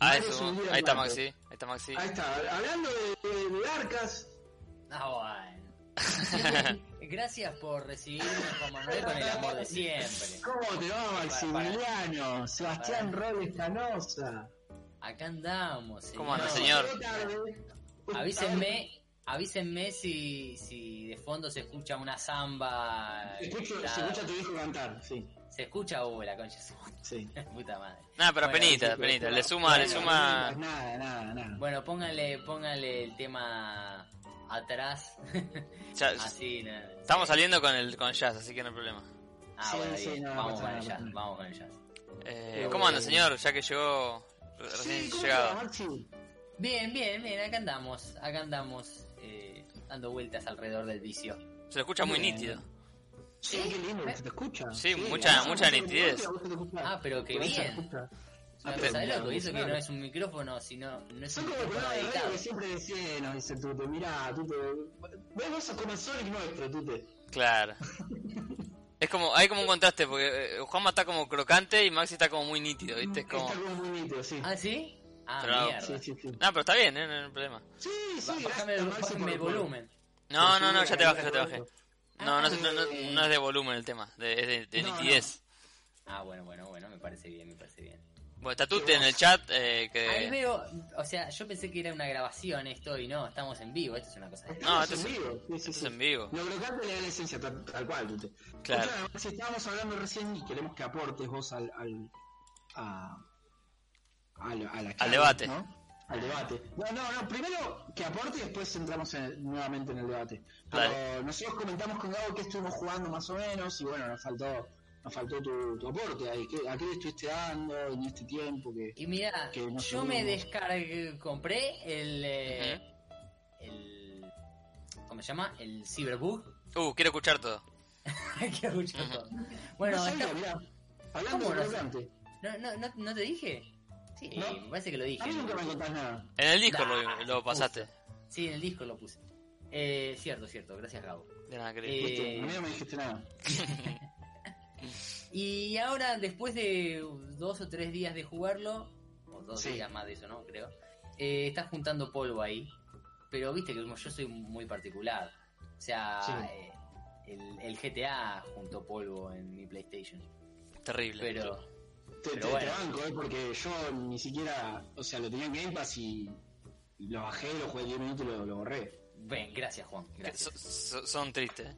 Speaker 1: Ah,
Speaker 2: Mario
Speaker 1: eso,
Speaker 2: es un líder
Speaker 1: ahí está
Speaker 2: nato.
Speaker 1: Maxi, ahí está Maxi.
Speaker 2: Ahí está, hablando de, de- de arcas,
Speaker 4: Ah, bueno. Gracias por recibirnos como Noel con el amor de siempre.
Speaker 2: ¿cómo te va Maximiliano? Sebastián Robles Canosa.
Speaker 4: Acá andamos, señor.
Speaker 1: ¿Cómo anda, señor?
Speaker 2: Llegué tarde.
Speaker 4: Avísenme, avísenme si, si de fondo se escucha una samba.
Speaker 2: Se escucha,
Speaker 4: la-
Speaker 2: se escucha a tu hijo cantar, sí,
Speaker 4: se escucha, uh, la concha de su
Speaker 2: sí.
Speaker 4: puta madre.
Speaker 1: Nada, pero
Speaker 4: Bueno,
Speaker 1: penita,
Speaker 2: sí,
Speaker 1: penita,
Speaker 2: pero-
Speaker 1: le suma, le
Speaker 2: Bueno,
Speaker 1: suma...
Speaker 2: Nada, nada, nada.
Speaker 4: Bueno, póngale, póngale el tema atrás.
Speaker 1: ya-
Speaker 2: Ah,
Speaker 4: Así, nada.
Speaker 1: Estamos saliendo con el con jazz, así que no hay problema.
Speaker 4: Ah,
Speaker 2: Sí,
Speaker 4: bueno,
Speaker 2: sí,
Speaker 4: bien.
Speaker 2: no,
Speaker 4: vamos
Speaker 2: no
Speaker 4: con
Speaker 2: pasa
Speaker 4: el
Speaker 2: nada,
Speaker 4: jazz,
Speaker 2: no pasa
Speaker 4: vamos con el jazz.
Speaker 1: Eh, ¿Cómo anda, señor? Ya que llegó re- recién
Speaker 2: Sí, ¿cómo te va,
Speaker 1: llegado.
Speaker 2: Maxi?
Speaker 4: Bien, bien, bien, acá andamos, acá andamos, eh, dando vueltas alrededor del vicio.
Speaker 1: Se lo escucha muy
Speaker 2: Bien.
Speaker 1: nítido.
Speaker 2: Sí, qué lindo que se te escucha.
Speaker 1: Sí, mucha-
Speaker 2: ah,
Speaker 1: mucha
Speaker 2: ¿a vos se te
Speaker 1: nitidez.
Speaker 2: escucha? ¿A vos se te escucha?
Speaker 4: Ah, pero qué
Speaker 2: ¿A vos se te
Speaker 4: bien.
Speaker 2: escucha?
Speaker 4: Ah,
Speaker 2: pero
Speaker 4: pero ¿sabés
Speaker 2: mira,
Speaker 4: lo que hizo? Que
Speaker 2: claro.
Speaker 4: no es un micrófono, sino no es
Speaker 2: Son
Speaker 4: un
Speaker 2: como el
Speaker 4: micrófono
Speaker 2: programa de
Speaker 4: editado.
Speaker 2: radio que siempre decían, nos dicen, Tute, mirá, Tute. Vos vos sos como el Sonic nuestro, Tute.
Speaker 1: Claro. es como, hay como un contraste, porque eh, Juanma está como crocante y Maxi está como muy nítido, ¿viste? Es como...
Speaker 2: Está como muy nítido, sí.
Speaker 4: ¿Ah, sí? Ah,
Speaker 1: Pero-
Speaker 4: mierda.
Speaker 2: sí, sí, sí.
Speaker 1: No, pero está bien, ¿eh? no hay problema.
Speaker 2: Sí, sí,
Speaker 4: Ba- bájame
Speaker 2: gracias,
Speaker 4: el,
Speaker 2: Maxi,
Speaker 4: bájame
Speaker 2: por-
Speaker 4: el
Speaker 2: por-
Speaker 4: volumen.
Speaker 1: No,
Speaker 2: Sí,
Speaker 1: no, no,
Speaker 2: sí,
Speaker 1: ya te
Speaker 2: la
Speaker 1: bajé, ya te bajé.
Speaker 2: verdad.
Speaker 1: No, no, es- no, no-
Speaker 2: Eh.
Speaker 1: no es de volumen el tema, de- es de, de
Speaker 2: No,
Speaker 1: nitidez.
Speaker 4: Ah, bueno, bueno, bueno, me parece bien, me parece bien.
Speaker 1: Bueno, está Tute en el chat, eh,
Speaker 4: Ahí
Speaker 1: que...
Speaker 4: veo, o sea, yo pensé que era una grabación esto y no, estamos en vivo, esto es una cosa de...
Speaker 1: No,
Speaker 2: Estamos
Speaker 1: esto
Speaker 2: en
Speaker 1: es-
Speaker 2: vivo. Sí, sí,
Speaker 1: esto es
Speaker 2: sí.
Speaker 1: en vivo.
Speaker 2: Lo crocante le da la esencia, tal, tal cual, Tute.
Speaker 1: Claro.
Speaker 2: Escuchá, Maxi, estábamos hablando recién y queremos que aportes vos al. al a, a la- a la charla,
Speaker 1: debate.
Speaker 2: ¿no? Al debate. No, no, no. Primero que aporte y después entramos en- nuevamente en el debate. Pero nosotros comentamos con Gabo que estuvimos jugando más o menos y bueno, nos faltó. Nos nos faltó tu, tu aporte ahí. ¿Qué- ¿A qué le estuviste dando en este tiempo? Que...
Speaker 4: Y mira,
Speaker 2: Que no
Speaker 4: yo
Speaker 2: sé.
Speaker 4: me descargué, compré el, eh, el. ¿Cómo se llama? El Cyberbug.
Speaker 1: Uh, quiero escuchar todo.
Speaker 4: que escucho todo. Bueno,
Speaker 2: No sabía,
Speaker 4: está-
Speaker 2: mirá. hablando
Speaker 4: ¿Cómo
Speaker 2: de
Speaker 4: no
Speaker 2: crocante,
Speaker 4: no, no, no, ¿no te dije? Sí,
Speaker 2: No.
Speaker 4: me parece que lo dije.
Speaker 2: a mí nunca me contás nada.
Speaker 1: En el disco lo, lo
Speaker 4: Nah,
Speaker 1: pasaste.
Speaker 4: Sí, en el disco lo puse. Eh, cierto, cierto, gracias Gabo.
Speaker 1: De nada, querido.
Speaker 2: Viste,
Speaker 4: Eh,
Speaker 2: A mí no me dijiste nada.
Speaker 4: y ahora, después de dos o tres días de jugarlo, o dos
Speaker 2: Sí.
Speaker 4: días más de eso, ¿no? Creo. Eh, está juntando polvo ahí. Pero viste que como yo soy muy particular. O sea,
Speaker 2: Sí.
Speaker 4: eh, el, el GTA juntó polvo en mi PlayStation.
Speaker 1: Terrible.
Speaker 4: Pero
Speaker 2: Te,
Speaker 4: Pero
Speaker 2: te-
Speaker 4: bueno.
Speaker 2: te banco, eh, porque yo ni siquiera, o sea, lo tenía en Game Pass y, y lo bajé, lo jugué 10 minutos y lo, lo borré.
Speaker 4: Ven, gracias Juan.
Speaker 1: Que
Speaker 4: Gracias.
Speaker 1: so- so- son tristes.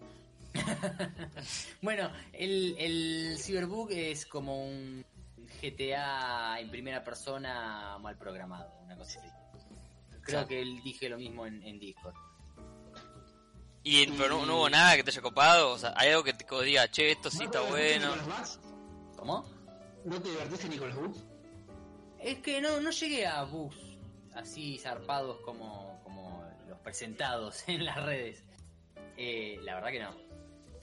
Speaker 4: Bueno, el, el Cyberbug es como un GTA en primera persona mal programado, una cosa así. Creo
Speaker 1: Claro.
Speaker 4: que él dije lo mismo en, en Discord.
Speaker 1: Y pero no, no hubo nada que te haya copado. O sea, hay algo que te que diga, che, esto sí
Speaker 2: ¿No
Speaker 1: está
Speaker 2: te divertiste
Speaker 1: bueno.
Speaker 2: ni con los bugs?
Speaker 4: ¿Cómo?
Speaker 2: ¿No te divertiste ni con los bugs?
Speaker 4: Es que no, no llegué a bugs así zarpados como, como los presentados en las redes. Eh, la verdad que no.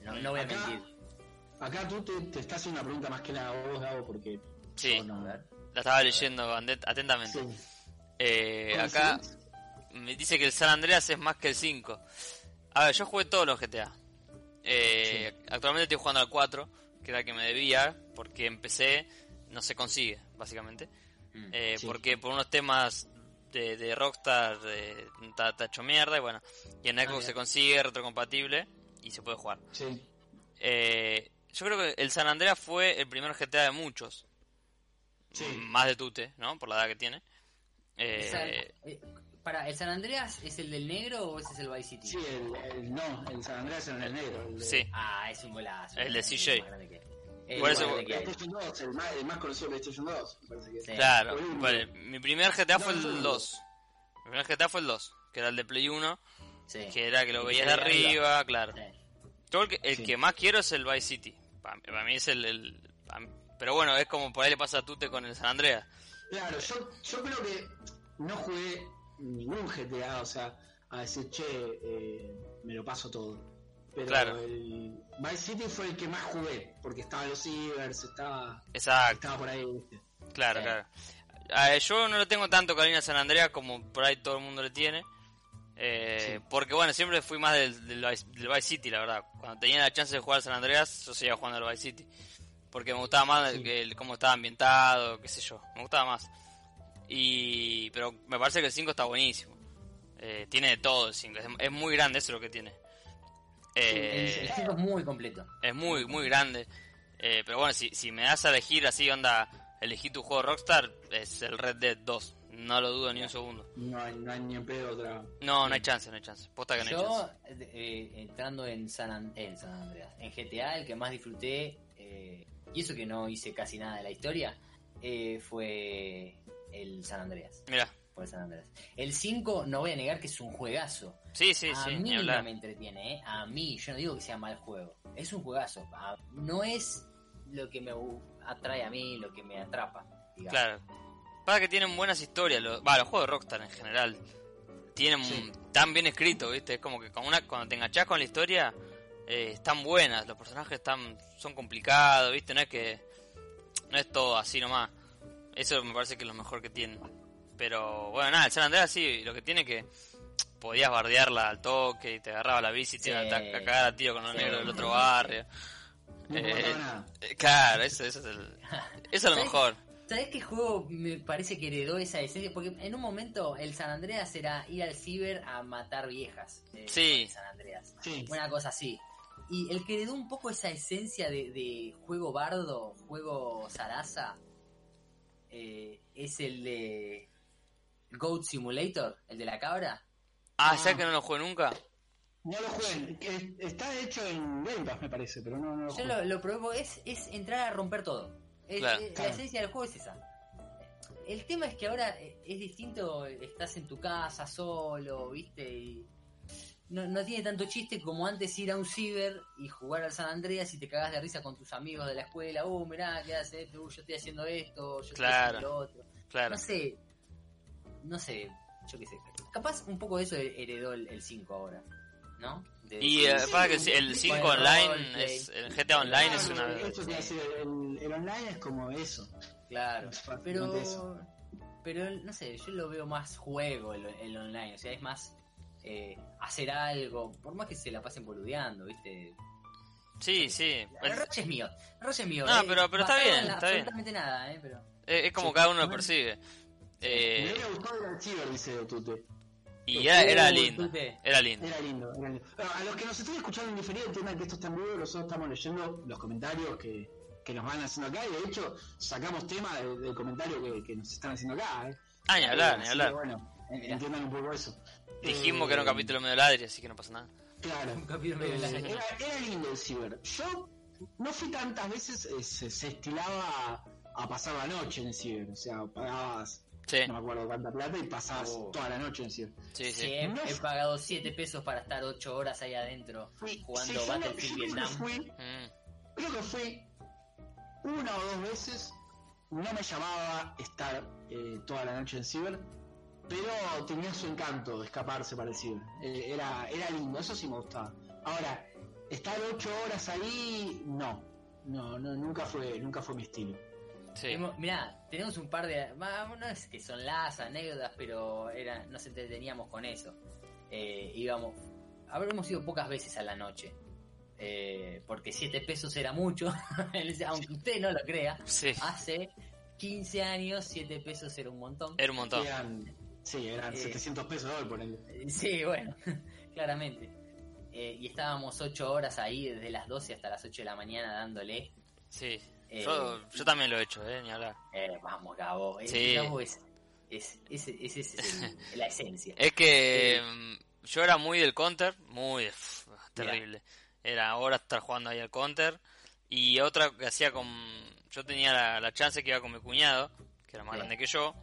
Speaker 4: No, no voy a
Speaker 2: Acá-
Speaker 4: mentir.
Speaker 2: Acá tú te, te estás haciendo una pregunta más que nada a vos, Gabo, porque...
Speaker 1: Sí,
Speaker 2: yo no-
Speaker 1: la estaba leyendo atent- atentamente.
Speaker 2: sí.
Speaker 1: Eh,
Speaker 2: ¿Cómo
Speaker 1: acá
Speaker 2: decís?
Speaker 1: me dice que el San Andreas es más que el 5. A ver, yo jugué todos los GTA. Eh, Actualmente estoy jugando al 4, que era el que me debía, porque empecé, no se consigue, básicamente.
Speaker 4: Mm.
Speaker 1: Eh,
Speaker 2: Sí.
Speaker 1: Porque por unos temas de, de Rockstar eh, está está hecho mierda y bueno. Y en Xbox
Speaker 4: bien.
Speaker 1: se consigue, retrocompatible y se puede jugar.
Speaker 2: Sí.
Speaker 1: Eh, yo creo que el San Andreas fue el primer GTA de muchos.
Speaker 2: Sí.
Speaker 1: M- Más de Tute, ¿no? Por la edad que tiene.
Speaker 4: Esa-
Speaker 1: Eh,
Speaker 4: eh, para, ¿el San Andreas es el del negro o ese es el Vice City?
Speaker 2: Sí, el, el- no, el San Andrés en el negro. El de-
Speaker 1: sí.
Speaker 4: Ah, es un golazo.
Speaker 1: El de
Speaker 4: Es
Speaker 1: CJ.
Speaker 4: más grande que- es
Speaker 1: Igual
Speaker 4: más
Speaker 1: eso-
Speaker 4: grande que
Speaker 2: El
Speaker 4: hay.
Speaker 2: PlayStation 2, el más, el más conocido de PlayStation 2, me parece que
Speaker 4: Sí.
Speaker 1: Claro,
Speaker 2: Por ejemplo.
Speaker 1: vale, mi primer GTA
Speaker 2: Eh, No,
Speaker 1: fue
Speaker 2: no, no,
Speaker 1: el
Speaker 2: no.
Speaker 1: 2. Mi primer GTA fue el 2, que era el de Play 1,
Speaker 4: Sí.
Speaker 1: que era que lo
Speaker 4: El
Speaker 1: veías de
Speaker 4: que se veía
Speaker 1: arriba, claro.
Speaker 4: Sí.
Speaker 1: Yo el que, el
Speaker 2: Sí.
Speaker 1: que más quiero es el Vice City. Para mí, pa' mí es el... el- pa' mí- pero bueno, es como por ahí le pasa a Tute con el San Andreas.
Speaker 2: Claro, yo, yo creo que no jugué ningún GTA, o sea, a decir, che, eh, me lo paso todo. Pero
Speaker 1: Claro.
Speaker 2: el Vice City fue el que más jugué, porque estaba los cibers, estaba,
Speaker 1: Exacto,
Speaker 2: estaba por ahí, viste.
Speaker 1: claro,
Speaker 4: Sí.
Speaker 1: claro. A ver, yo no le tengo tanto cariño a San Andreas como por ahí todo el mundo le tiene. Eh, Porque bueno, siempre fui más del, del Vice, del Vice City, la verdad. Cuando tenía la chance de jugar al San Andreas, yo seguía jugando al Vice City. Porque me gustaba más el, que el- cómo estaba ambientado, qué sé yo. Me gustaba más. Y Pero me parece que el 5 está buenísimo. Eh, tiene de todo el 5. Es, es muy grande, eso es lo que tiene. Eh,
Speaker 4: El 5 es muy completo.
Speaker 1: es muy, muy grande. Eh, pero bueno, si, si me das a elegir así, onda, elegí tu juego Rockstar, es el Red Dead 2. No lo dudo ni un segundo.
Speaker 2: No hay, no hay ni en pedo otra.
Speaker 1: No, no hay chance, no hay chance. Posta que no hay chance.
Speaker 4: Yo, eh, entrando en San, An- en San Andreas, en GTA, el que más disfruté, eh, y eso que no hice casi nada de la historia, eh, fue el San Andreas.
Speaker 1: Mira,
Speaker 4: Fue el San Andreas. El 5, no voy a negar que es un juegazo.
Speaker 1: sí, sí,
Speaker 4: a
Speaker 1: sí, ni
Speaker 4: mí no
Speaker 1: hablar.
Speaker 4: me entretiene, ¿eh? A mí, yo no digo que sea mal juego. Es un juegazo. A- no es lo que me bu- atrae a mí, lo que me atrapa. digamos.
Speaker 1: Claro. Para que tienen buenas historias. Los, va, los juegos de Rockstar en general tienen
Speaker 2: Sí.
Speaker 1: tan bien escrito, ¿viste? Es como que con una, cuando te enganchás con la historia, eh, están buenas. Los personajes están son complicados, ¿viste? No es que. No es todo así nomás. Eso me parece que es lo mejor que tienen. Pero bueno, nada, el San Andreas sí, lo que tiene que. Podías bardearla al toque y te agarraba la bici y te
Speaker 4: Sí.
Speaker 1: iba a ta- a cagar a tiro con los
Speaker 4: Sí.
Speaker 1: negros del otro barrio.
Speaker 2: No me
Speaker 1: Eh,
Speaker 2: importaba nada.
Speaker 1: Eh, Claro, eso, eso es el- Eso es lo
Speaker 4: Sí.
Speaker 1: mejor.
Speaker 4: ¿Sabés qué juego me parece que heredó esa esencia? Porque en un momento el San Andreas era ir al ciber a matar viejas. eh,
Speaker 1: Sí.
Speaker 4: San Andreas.
Speaker 2: Sí.
Speaker 4: Una cosa así. Y el que heredó un poco esa esencia de, de juego bardo, juego zaraza, eh, es el de Goat Simulator, el de la cabra.
Speaker 1: Ah, ¿sabes que no lo jugué nunca?
Speaker 2: No lo jueguen, que está hecho en Game Pass, me parece, pero no, no lo
Speaker 4: Yo
Speaker 2: jueguen.
Speaker 4: lo, lo probé porque es, es entrar a romper todo. Es-
Speaker 1: Claro.
Speaker 4: es-
Speaker 2: Claro.
Speaker 4: La esencia del juego es esa. El tema es que ahora eh, es distinto, estás en tu casa solo, viste, y no, no tiene tanto chiste como antes ir a un ciber y jugar al San Andreas y te cagas de risa con tus amigos de la escuela. Uh, mirá, ¿qué haces? esto? Uh, yo estoy haciendo esto, yo
Speaker 1: Claro.
Speaker 4: estoy haciendo lo otro.
Speaker 1: Claro.
Speaker 4: No sé, no sé, yo qué sé. Capaz un poco de eso heredó el el 5 ahora, ¿no? De-
Speaker 1: Y eh, pasa que si- el 5
Speaker 4: Bueno,
Speaker 1: online,
Speaker 4: roleplay. Ah,
Speaker 1: es, el GTA online es una...
Speaker 2: Esto que hace el, el online es como eso.
Speaker 4: Claro,
Speaker 2: Exactamente eso.
Speaker 4: pero, pero el- no sé, yo lo veo más juego el, el online, o sea, es más eh, hacer algo, por más que se la pasen boludeando, ¿viste?
Speaker 1: Sí, sí.
Speaker 4: El Roche es mío, el Roche es mío.
Speaker 1: No,
Speaker 4: eh,
Speaker 1: pero- pero está
Speaker 4: basado
Speaker 1: bien,
Speaker 4: en la-
Speaker 1: está bien.
Speaker 4: Absolutamente nada, ¿eh? Pero,
Speaker 1: Es, es como cada uno lo percibe.
Speaker 2: Me
Speaker 1: Eh,
Speaker 2: hubiera gustado el archivo, dice Tute.
Speaker 1: y era, era
Speaker 4: Uh,
Speaker 1: lindo.
Speaker 4: Tute.
Speaker 1: Era lindo.
Speaker 2: Era lindo, era lindo. Bueno, a los que nos están escuchando en diferido, el tema es que esto está en vivo, nosotros estamos leyendo los comentarios que, que nos van haciendo acá y de hecho sacamos tema de- del, comentario que, que nos están haciendo acá. ¿eh?
Speaker 1: Ah, ni hablar,
Speaker 2: Así
Speaker 1: ni
Speaker 2: que,
Speaker 1: hablar.
Speaker 2: Bueno, en-
Speaker 4: Mirá.
Speaker 2: entiendan un poco eso.
Speaker 1: Dijimos que era un
Speaker 2: Eh,
Speaker 1: capítulo medio ladri, así que no pasa nada.
Speaker 2: Claro.
Speaker 4: Un capítulo medio
Speaker 2: Eh,
Speaker 4: largo.
Speaker 2: era, era lindo el ciber. Yo no fui tantas veces, eh, se, se estilaba a pasar la noche en el ciber. O sea, pagabas,
Speaker 1: Sí,
Speaker 2: no me acuerdo cuánta plata, y pasabas
Speaker 4: Oh.
Speaker 2: toda la noche en el ciber.
Speaker 1: sí,
Speaker 4: sí,
Speaker 1: sí.
Speaker 4: he,
Speaker 2: No.
Speaker 4: he pagado 7 pesos para estar 8 horas ahí adentro
Speaker 2: Fui-
Speaker 4: jugando
Speaker 2: sí, yo no-
Speaker 4: Battlefield
Speaker 2: yo creo que
Speaker 4: Vietnam.
Speaker 2: fui-
Speaker 1: Mm.
Speaker 2: creo que fui una o dos veces. No me llamaba estar eh, toda la noche en ciber, pero tenía su encanto escaparse para el ciber. Eh, era, era lindo, eso sí me gustaba. Ahora, estar ocho horas ahí, no. No, no, nunca fue, nunca fue mi estilo.
Speaker 1: Sí.
Speaker 4: Hemos- Mirá, tenemos un par de. va, No es que son las anécdotas, pero era, nos entreteníamos con eso. Eh, íbamos. Habremos ido pocas veces a la noche. eh, porque 7 pesos era mucho. Aunque usted no lo crea,
Speaker 1: Sí.
Speaker 4: hace 15 años 7 pesos era un montón.
Speaker 1: Era un montón.
Speaker 4: Ah.
Speaker 2: Eran, sí, eran
Speaker 4: Eh.
Speaker 2: 700 pesos hoy por el...
Speaker 4: Eh, Sí, bueno, claramente. Eh, y estábamos 8 horas ahí, desde las 12 hasta las 8 de la mañana, dándole.
Speaker 1: Sí.
Speaker 4: Eh,
Speaker 1: Yo, yo también lo he hecho, eh, ni hablar.
Speaker 4: Eh, vamos, Gabo. Eh,
Speaker 1: Sí.
Speaker 4: Gabo es, es, es, es- es el- la esencia.
Speaker 1: Es que mm, yo era muy del counter, muy pf, terrible. Era ahora estar jugando ahí al counter. Y otra que hacía con. Yo tenía la, la chance que iba con mi cuñado, que era más
Speaker 4: Sí.
Speaker 1: grande que yo.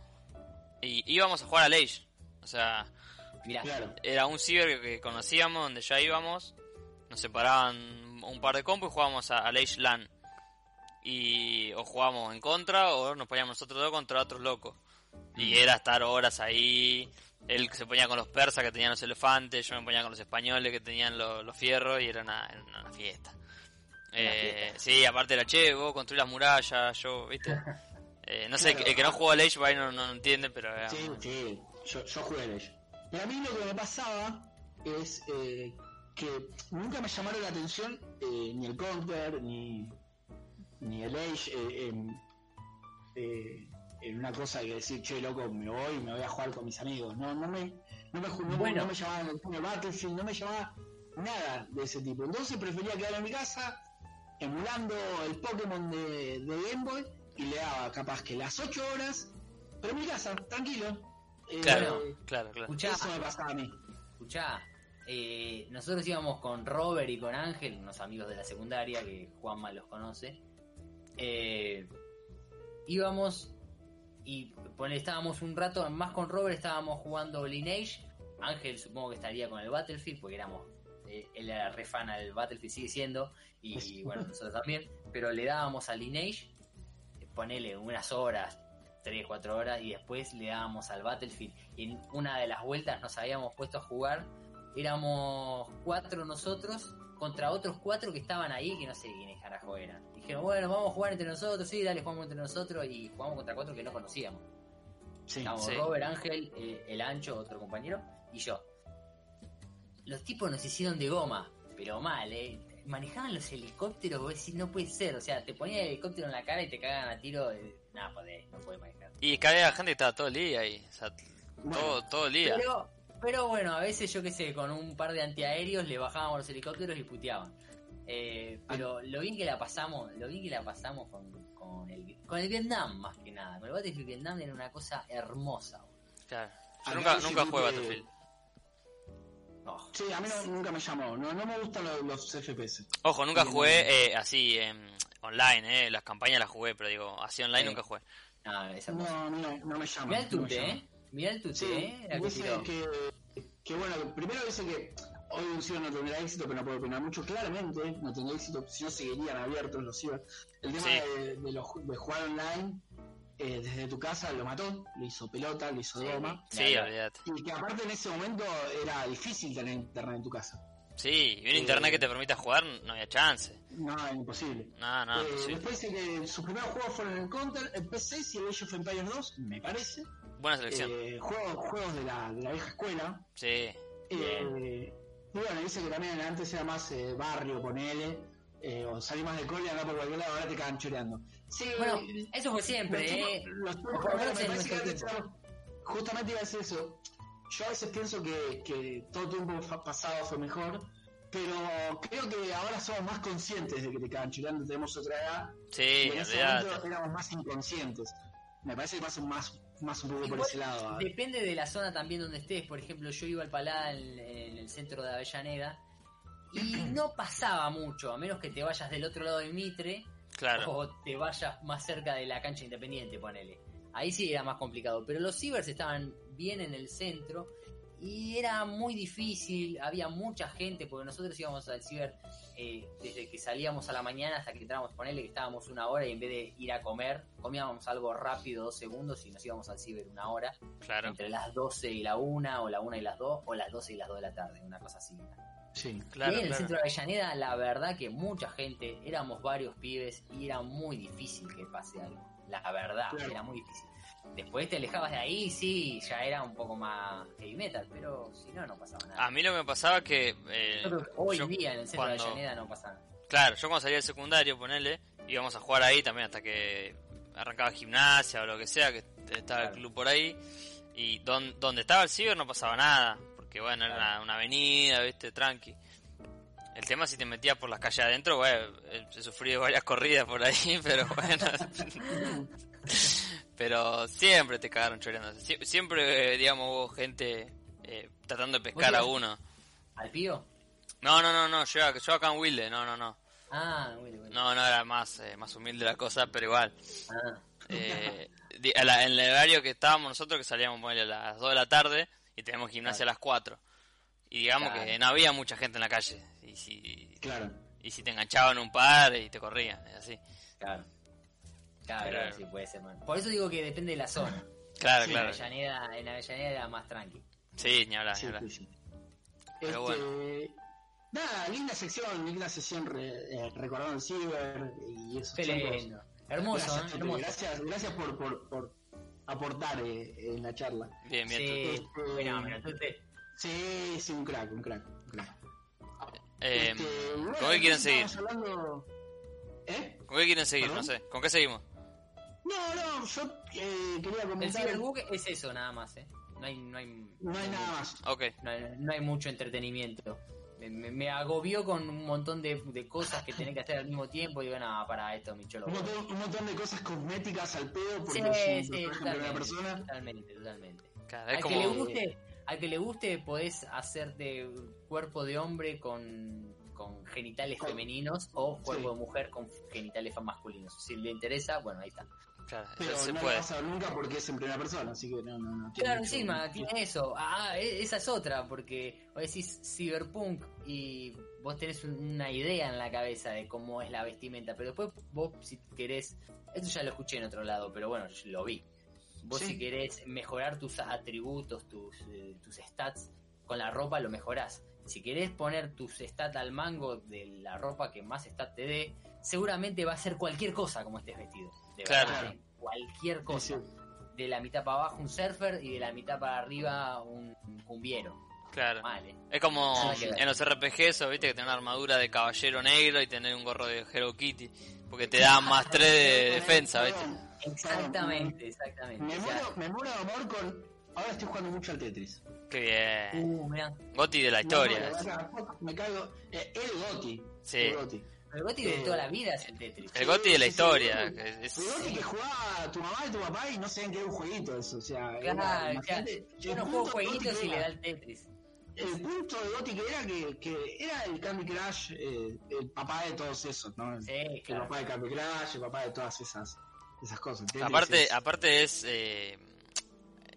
Speaker 1: Y íbamos a jugar a Age. O sea,
Speaker 4: Mirá,
Speaker 2: Claro.
Speaker 1: era un ciber que conocíamos, donde ya íbamos. Nos separaban un par de compos y jugábamos a, a Age LAN. Y o jugábamos en contra o nos poníamos nosotros dos contra otros locos. Y era estar horas ahí. Él se ponía con los persas que tenían los elefantes, yo me ponía con los españoles que tenían lo- los fierros y era una, era una fiesta. Eh,
Speaker 4: fiesta.
Speaker 1: Sí, aparte era che, vos construís las murallas, yo, viste. Eh, no sé, el que- el que no jugó al Age por ahí no, no entiende, pero... eh, era
Speaker 2: Sí,
Speaker 1: muy-
Speaker 2: sí, yo, yo jugué a ello. Y a mí lo que me pasaba es eh, que nunca me llamaron la atención eh, ni el Counter, ni, ni el Age, eh, en, eh, en una cosa que decir, che, loco, me voy, me voy a jugar con mis amigos. No, no me, no me, ju- no,
Speaker 4: Bueno.
Speaker 2: no me llamaba el Counter Battlefield, no me llamaba nada de ese tipo. Entonces prefería quedar en mi casa emulando el Pokémon de, de Game Boy y le daba capaz que las 8 horas, pero en mi casa, tranquilo. Eh,
Speaker 1: Claro, claro, claro.
Speaker 4: escuchá,
Speaker 2: Eso me pasaba a mí.
Speaker 4: escuchá. Eh, nosotros íbamos con Robert y con Ángel, unos amigos de la secundaria que Juanma los conoce. Eh, íbamos y ponele, estábamos un rato más con Robert, estábamos jugando Lineage. Ángel supongo que estaría con el Battlefield porque éramos. eh, él era re fan al Battlefield, sigue siendo. Y bueno, nosotros también. Pero le dábamos al Lineage, eh, ponele unas horas, 3, 4 horas, y después le dábamos al Battlefield. Y en una de las vueltas nos habíamos puesto a jugar. Éramos cuatro nosotros contra otros cuatro que estaban ahí, que no sé quiénes carajo eran. Dijeron, bueno, vamos a jugar entre nosotros, sí, dale, jugamos entre nosotros. Y jugamos contra cuatro que no conocíamos.
Speaker 2: Sí.
Speaker 4: Estábamos
Speaker 1: Sí.
Speaker 4: Robert, Ángel, eh, el Ancho, otro compañero, y yo. Los tipos nos hicieron de goma, pero mal, ¿eh? Manejaban los helicópteros, vos decís, no puede ser. O sea, te ponían el helicóptero en la cara y te cagan a tiro. eh, Nada, podés, no podés manejar.
Speaker 1: Y es que había gente que estaba todo el día ahí. O sea, todo, todo el día.
Speaker 4: Pero, pero bueno, a veces yo qué sé, con un par de antiaéreos le bajábamos los helicópteros y puteaban. Eh,
Speaker 1: Ah.
Speaker 4: pero lo bien que la pasamos, lo bien que la pasamos con, con el, con el Vietnam más que nada. Con el Battlefield Vietnam era una cosa hermosa.
Speaker 1: Claro. Yo
Speaker 2: Acá
Speaker 1: nunca,
Speaker 2: dice
Speaker 1: nunca jugué
Speaker 2: que-
Speaker 1: Battlefield.
Speaker 4: Oh.
Speaker 2: Sí, a mí no- nunca me llamó. No, no me gustan los, los FPS.
Speaker 1: Ojo, nunca
Speaker 2: Bien.
Speaker 1: jugué eh, así em, online, eh. Las campañas las jugué, pero digo, así online
Speaker 4: Sí.
Speaker 1: nunca jugué.
Speaker 4: No, es hermoso.
Speaker 2: No, no, no me llama.
Speaker 4: Mirá el
Speaker 2: no me
Speaker 4: tute,
Speaker 2: llama.
Speaker 4: ¿eh? Mirá el tute,
Speaker 2: Sí,
Speaker 4: ¿eh? La que
Speaker 2: dice
Speaker 4: tiró.
Speaker 2: que, que bueno, primero dice que hoy un SIO no tendrá éxito, pero no puedo opinar mucho. Claramente no tendrá éxito, si no seguirían abiertos los SIO. El tema
Speaker 1: Sí.
Speaker 2: de, de los- de jugar online eh, desde tu casa lo mató, lo hizo pelota, lo hizo goma.
Speaker 1: Sí, olvídate.
Speaker 2: Y que aparte en ese momento era difícil tener internet en tu casa.
Speaker 1: Sí,
Speaker 2: Eh,
Speaker 1: y un internet que te permita jugar no había chance.
Speaker 2: No, era imposible.
Speaker 1: No, no,
Speaker 2: Eh,
Speaker 1: imposible.
Speaker 2: Después eh, sus primeros juegos fueron el Counter, el P6 y el Age of Empires 2, me parece.
Speaker 1: Buena selección.
Speaker 2: Eh, juegos, juegos de la, de la vieja escuela.
Speaker 1: Sí.
Speaker 2: Eh, y bueno, dice que también antes era más eh, barrio, ponele, eh, o salir más de cole, andar por cualquier lado, ahora te cagan choreando. Sí,
Speaker 4: Bueno,
Speaker 2: eh,
Speaker 4: eso fue siempre, ¿eh?
Speaker 2: los tipos- los tipos
Speaker 4: Por lo
Speaker 2: cambiaron,
Speaker 4: menos
Speaker 2: me
Speaker 4: en
Speaker 2: parece que
Speaker 4: nuestro
Speaker 2: antes era- Justamente iba a decir eso. Yo a veces pienso que, que todo tiempo fa- pasado fue mejor, pero creo que ahora somos más conscientes de que te cagan choreando, tenemos otra edad, y
Speaker 1: Sí,
Speaker 2: en ese momento
Speaker 1: olvídate.
Speaker 2: éramos más inconscientes. Me parece que pasa más, más un poco por
Speaker 4: Igual
Speaker 2: ese lado. ¿eh? ahora.
Speaker 4: Depende de la zona también donde estés. Por ejemplo, yo iba al Palá en, en el centro de Avellaneda y no pasaba mucho, a menos que te vayas del otro lado del Mitre
Speaker 1: Claro.
Speaker 4: o te vayas más cerca de la cancha independiente, ponele. Ahí sí era más complicado. Pero los cibers estaban bien en el centro y era muy difícil, había mucha gente, porque nosotros íbamos al ciber eh, desde que salíamos a la mañana hasta que entrábamos, ponele que estábamos una hora y en vez de ir a comer, comíamos algo rápido, dos segundos y nos íbamos al ciber una hora
Speaker 1: Claro.
Speaker 4: entre las 12 y la 1, o la 1 y las 2, o las 12 y las 2 de la tarde, una cosa así.
Speaker 2: Sí.
Speaker 4: y
Speaker 1: Claro,
Speaker 4: en el centro
Speaker 1: claro.
Speaker 4: de Avellaneda, la verdad que mucha gente, éramos varios pibes y era muy difícil que pase algo. La verdad,
Speaker 2: Claro.
Speaker 4: era muy difícil. Después te alejabas de ahí, sí, ya era un poco más heavy metal, pero si no, no pasaba nada.
Speaker 1: A mí lo que me pasaba que. eh,
Speaker 4: Yo creo que hoy
Speaker 1: yo
Speaker 4: día en el centro
Speaker 1: cuando-
Speaker 4: de Avellaneda no pasa nada.
Speaker 1: Claro, yo cuando salía del secundario, ponele, íbamos a jugar ahí también hasta que arrancaba gimnasia o lo que sea, que estaba el
Speaker 4: Claro.
Speaker 1: club por ahí. Y don- donde estaba el ciber no pasaba nada, porque bueno, era
Speaker 4: Claro.
Speaker 1: una, una avenida, viste, tranqui. El tema si te metías por las calles adentro, bueno, eh, he sufrido varias corridas por ahí, pero bueno. pero siempre te cagaron choreando. Sie- siempre, eh, digamos, hubo gente eh, tratando de pescar a
Speaker 4: ibas?
Speaker 1: uno.
Speaker 4: ¿Al pío?
Speaker 1: No, no, no, no, yo, ac- yo acá en Wilde, no, no, no.
Speaker 4: Ah, bueno, bueno.
Speaker 1: No, no, era más, eh, más humilde la cosa, pero igual.
Speaker 4: Ah,
Speaker 1: Eh, di- a la- en el horario que estábamos nosotros, que salíamos ponele, a las 2 de la tarde y teníamos gimnasia a las 4. Y digamos
Speaker 4: Claro.
Speaker 1: que no había mucha gente en la calle. Y si,
Speaker 2: Claro.
Speaker 1: y si te enganchaban un par y te corrían, es así.
Speaker 4: claro. Claro,
Speaker 1: Pero-
Speaker 4: sí puede ser, man. Por eso digo que depende de la zona.
Speaker 1: Claro,
Speaker 2: Sí,
Speaker 1: claro.
Speaker 4: En Avellaneda, en Avellaneda era más tranqui.
Speaker 1: Sí, ni hablar, ni
Speaker 2: Sí,
Speaker 1: hablar.
Speaker 2: sí, sí.
Speaker 1: Pero
Speaker 2: Este, Nada, linda sección, linda sesión re- eh, recordando el ciber y esos
Speaker 4: Qué
Speaker 2: tiempos.
Speaker 4: lindo. Hermoso,
Speaker 2: gracias,
Speaker 4: ¿eh?
Speaker 2: Tito,
Speaker 4: hermoso.
Speaker 2: gracias, gracias por, por, por aportar eh, en la charla.
Speaker 1: Bien, bien. tú.
Speaker 4: Sí,
Speaker 2: tú.
Speaker 4: fenómeno. Tú te-
Speaker 2: Sí, sí, un crack, un crack. Un crack.
Speaker 1: Eh,
Speaker 2: Este, bueno,
Speaker 1: ¿Con qué quieren
Speaker 2: estábamos
Speaker 1: seguir?
Speaker 2: hablando- ¿Eh?
Speaker 1: ¿Con qué quieren seguir? No
Speaker 2: ¿Perdón?
Speaker 1: sé. ¿Con qué seguimos?
Speaker 2: No, no, yo eh, quería
Speaker 4: El
Speaker 2: comentar.
Speaker 4: ciberbook es eso nada más, ¿eh? No hay, no hay,
Speaker 2: No hay nada más.
Speaker 1: Ok.
Speaker 4: No hay, no hay mucho entretenimiento. Me, me- me agobió con un montón de, de cosas que tenés que hacer al mismo tiempo y digo, no, para esto, mi cholo.
Speaker 2: Un montón, un montón de cosas cosméticas al pedo porque
Speaker 4: Sí,
Speaker 2: es
Speaker 4: sí,
Speaker 2: un personaje en primera
Speaker 4: totalmente,
Speaker 2: persona.
Speaker 4: totalmente, totalmente.
Speaker 1: Claro, es
Speaker 4: Al que, le
Speaker 1: como.
Speaker 4: guste, al que le guste podés hacerte cuerpo de hombre con, con genitales
Speaker 2: Con-
Speaker 4: femeninos o cuerpo
Speaker 2: Sí.
Speaker 4: de mujer con genitales masculinos. Si le interesa, bueno, ahí está.
Speaker 1: Claro,
Speaker 2: Pero
Speaker 1: se
Speaker 2: no lo
Speaker 1: puede.
Speaker 2: vas a ver nunca porque es en primera persona, así que no, no, no. tiene
Speaker 4: Claro,
Speaker 2: mucho-
Speaker 4: encima, tiene eso. Ah, e- esa es otra, porque vos decís cyberpunk y vos tenés un- una idea en la cabeza de cómo es la vestimenta, pero después vos si querés, eso ya lo escuché en otro lado, pero bueno, yo lo vi. Vos
Speaker 2: Sí.
Speaker 4: si querés mejorar tus atributos, tus, eh, tus stats con la ropa, lo mejorás. Si querés poner tus stats al mango de la ropa que más stats te dé, seguramente va a ser cualquier cosa como estés vestido. De
Speaker 1: Claro.
Speaker 4: verdad, ¿eh? cualquier
Speaker 2: Sí,
Speaker 4: cosa de la mitad para abajo un surfer y de la mitad para arriba un un cumbiero. eh.
Speaker 1: Claro.
Speaker 4: Vale.
Speaker 1: Es como
Speaker 4: Sí, sí.
Speaker 1: en los RPGs, ¿o viste? Que tener una armadura de caballero negro y tener un gorro de Hello Kitty. Porque te dan más 3 de Eh, defensa, ¿viste?
Speaker 2: Perdón,
Speaker 4: Exactamente, exactamente.
Speaker 2: Me
Speaker 4: O sea,
Speaker 2: muero, me muero de amor con. Ahora estoy jugando mucho al Tetris.
Speaker 1: Qué bien.
Speaker 4: uh, mirá.
Speaker 1: Goti de la
Speaker 2: Me,
Speaker 1: historia.
Speaker 2: muero, acá, me caigo. eh, el Goti.
Speaker 1: Sí.
Speaker 2: El Goti.
Speaker 4: El Goti de toda la vida es el Tetris.
Speaker 2: Eh,
Speaker 1: El Goti de la
Speaker 2: Sí, sí,
Speaker 1: historia.
Speaker 2: sí.
Speaker 1: que es-
Speaker 2: El Goti que jugaba a tu mamá y tu papá y no sabían que era un jueguito eso. O sea, era-
Speaker 4: Claro, o sea,
Speaker 2: imagínate,
Speaker 4: yo
Speaker 2: el
Speaker 4: no juego
Speaker 2: punto de Goti
Speaker 4: jueguitos
Speaker 2: que
Speaker 4: y le
Speaker 2: era-
Speaker 4: da el Tetris.
Speaker 2: El punto de Goti que era que, que era el Candy Crush, eh, el papá de todos esos, ¿no?
Speaker 4: Sí,
Speaker 2: El
Speaker 4: Eh, claro.
Speaker 2: papá de Candy Crush, el papá de todas esas, esas cosas. Tetris
Speaker 1: Aparte,
Speaker 2: es-
Speaker 1: aparte es. eh,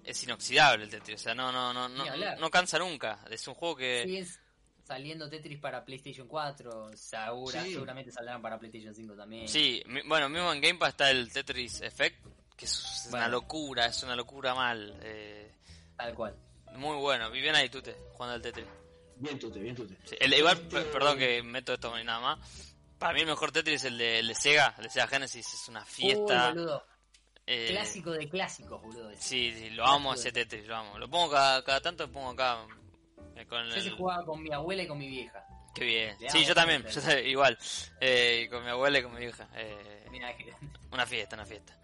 Speaker 1: es inoxidable el Tetris. O sea, no, no, no,
Speaker 4: Ni
Speaker 1: no,
Speaker 4: hablar.
Speaker 1: no cansa nunca. Es un juego que.
Speaker 4: Sí, es- saliendo Tetris para PlayStation 4, segura-
Speaker 2: Sí.
Speaker 4: seguramente saldrán para PlayStation 5 también.
Speaker 1: Sí, mi- bueno, mismo en Game Pass está el Tetris Effect, que es una
Speaker 4: Bueno.
Speaker 1: locura, es una locura mal. eh,
Speaker 4: Tal cual.
Speaker 1: muy bueno, viví en Aitute jugando al Tetris.
Speaker 2: Bien tute, bien tute.
Speaker 1: Sí, el- igual,
Speaker 2: Este-
Speaker 1: per- perdón que meto esto y nada más. Para mí el mejor Tetris es el de, el de Sega, el de Sega Genesis, es una fiesta.
Speaker 4: Uy, boludo.
Speaker 1: eh,
Speaker 4: Clásico de clásicos, boludo. ese.
Speaker 1: Sí, sí, lo amo ese Tetris, lo amo. Lo pongo cada, cada tanto, lo pongo acá. eh, con
Speaker 4: Yo se
Speaker 1: el-
Speaker 4: jugaba con mi abuela y con mi vieja.
Speaker 1: Qué bien.
Speaker 4: Le
Speaker 1: Sí,
Speaker 4: amo
Speaker 1: yo también,
Speaker 4: ese
Speaker 1: yo también, igual. Eh, con mi abuela y con mi hija. eh,
Speaker 4: Mirá que-
Speaker 1: una fiesta, una fiesta.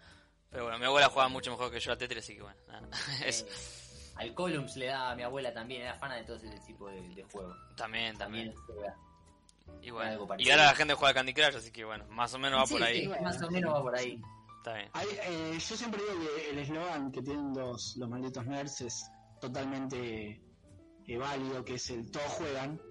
Speaker 1: Pero bueno, mi abuela jugaba mucho mejor que yo al Tetris, así que bueno. nada, eso.
Speaker 4: eh, al Columns le daba a mi abuela también, era fana de todo ese tipo de, de juegos.
Speaker 1: También,
Speaker 4: También.
Speaker 1: también. Y bueno.
Speaker 4: algo
Speaker 1: Y
Speaker 4: parecido.
Speaker 1: ahora la gente juega al Candy Crush, así que bueno, más o menos va
Speaker 4: Sí,
Speaker 1: por ahí.
Speaker 4: sí, más o menos va por ahí.
Speaker 1: Está bien.
Speaker 2: Hay, eh, yo siempre digo que el eslogan que tienen los, los malditos nerds es totalmente eh, válido, que es el todos juegan,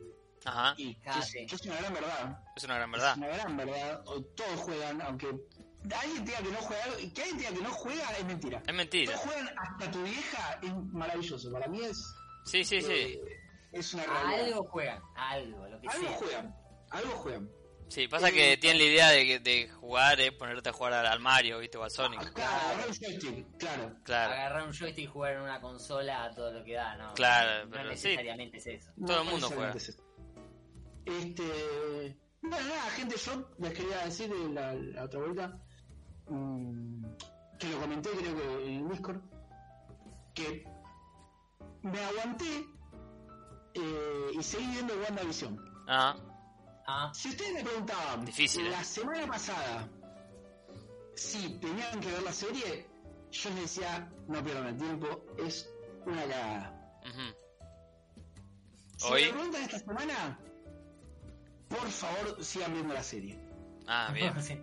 Speaker 1: Ajá,
Speaker 2: y que
Speaker 4: Ah,
Speaker 2: es,
Speaker 4: sí. Ah.
Speaker 2: que es una gran verdad.
Speaker 1: es una gran
Speaker 2: Es
Speaker 1: verdad.
Speaker 2: una gran verdad, o todos juegan, aunque alguien diga que no juega, y que alguien diga que no juega es mentira.
Speaker 1: Es mentira.
Speaker 2: Todos juegan hasta tu vieja, es maravilloso, para mí es,
Speaker 1: Sí, sí, sí.
Speaker 2: eh, es una realidad.
Speaker 4: Algo juegan, algo, lo que
Speaker 2: Algo
Speaker 4: sea.
Speaker 2: juegan, algo juegan.
Speaker 1: Sí, pasa
Speaker 4: Eh,
Speaker 1: que tienen la idea de, que- de jugar, es ponerte a jugar al al Mario, ¿viste? O al Sonic.
Speaker 2: Acá, agarrar un joystick, claro.
Speaker 1: Claro.
Speaker 4: Agarrar un joystick y jugar en una consola a todo lo que da, ¿no?
Speaker 1: Claro,
Speaker 4: no
Speaker 1: pero sí.
Speaker 4: necesariamente es eso.
Speaker 1: Todo el mundo
Speaker 2: necesariamente es eso. Este. Bueno, nada, gente, yo les quería decir de la, la otra vuelta mm, que lo comenté, creo que en el Discord, que me aguanté eh, y seguí viendo WandaVision.
Speaker 1: Ajá.
Speaker 4: Ah,
Speaker 2: Si ustedes me preguntaban
Speaker 1: Difícil, eh.
Speaker 2: la semana pasada si tenían que ver la serie, yo les decía, no pierdan el tiempo, es una cagada.
Speaker 1: ujú.
Speaker 2: Si
Speaker 1: Hoy-
Speaker 2: me preguntan esta semana, por favor sigan viendo la serie.
Speaker 1: Ah, bien.
Speaker 4: sí.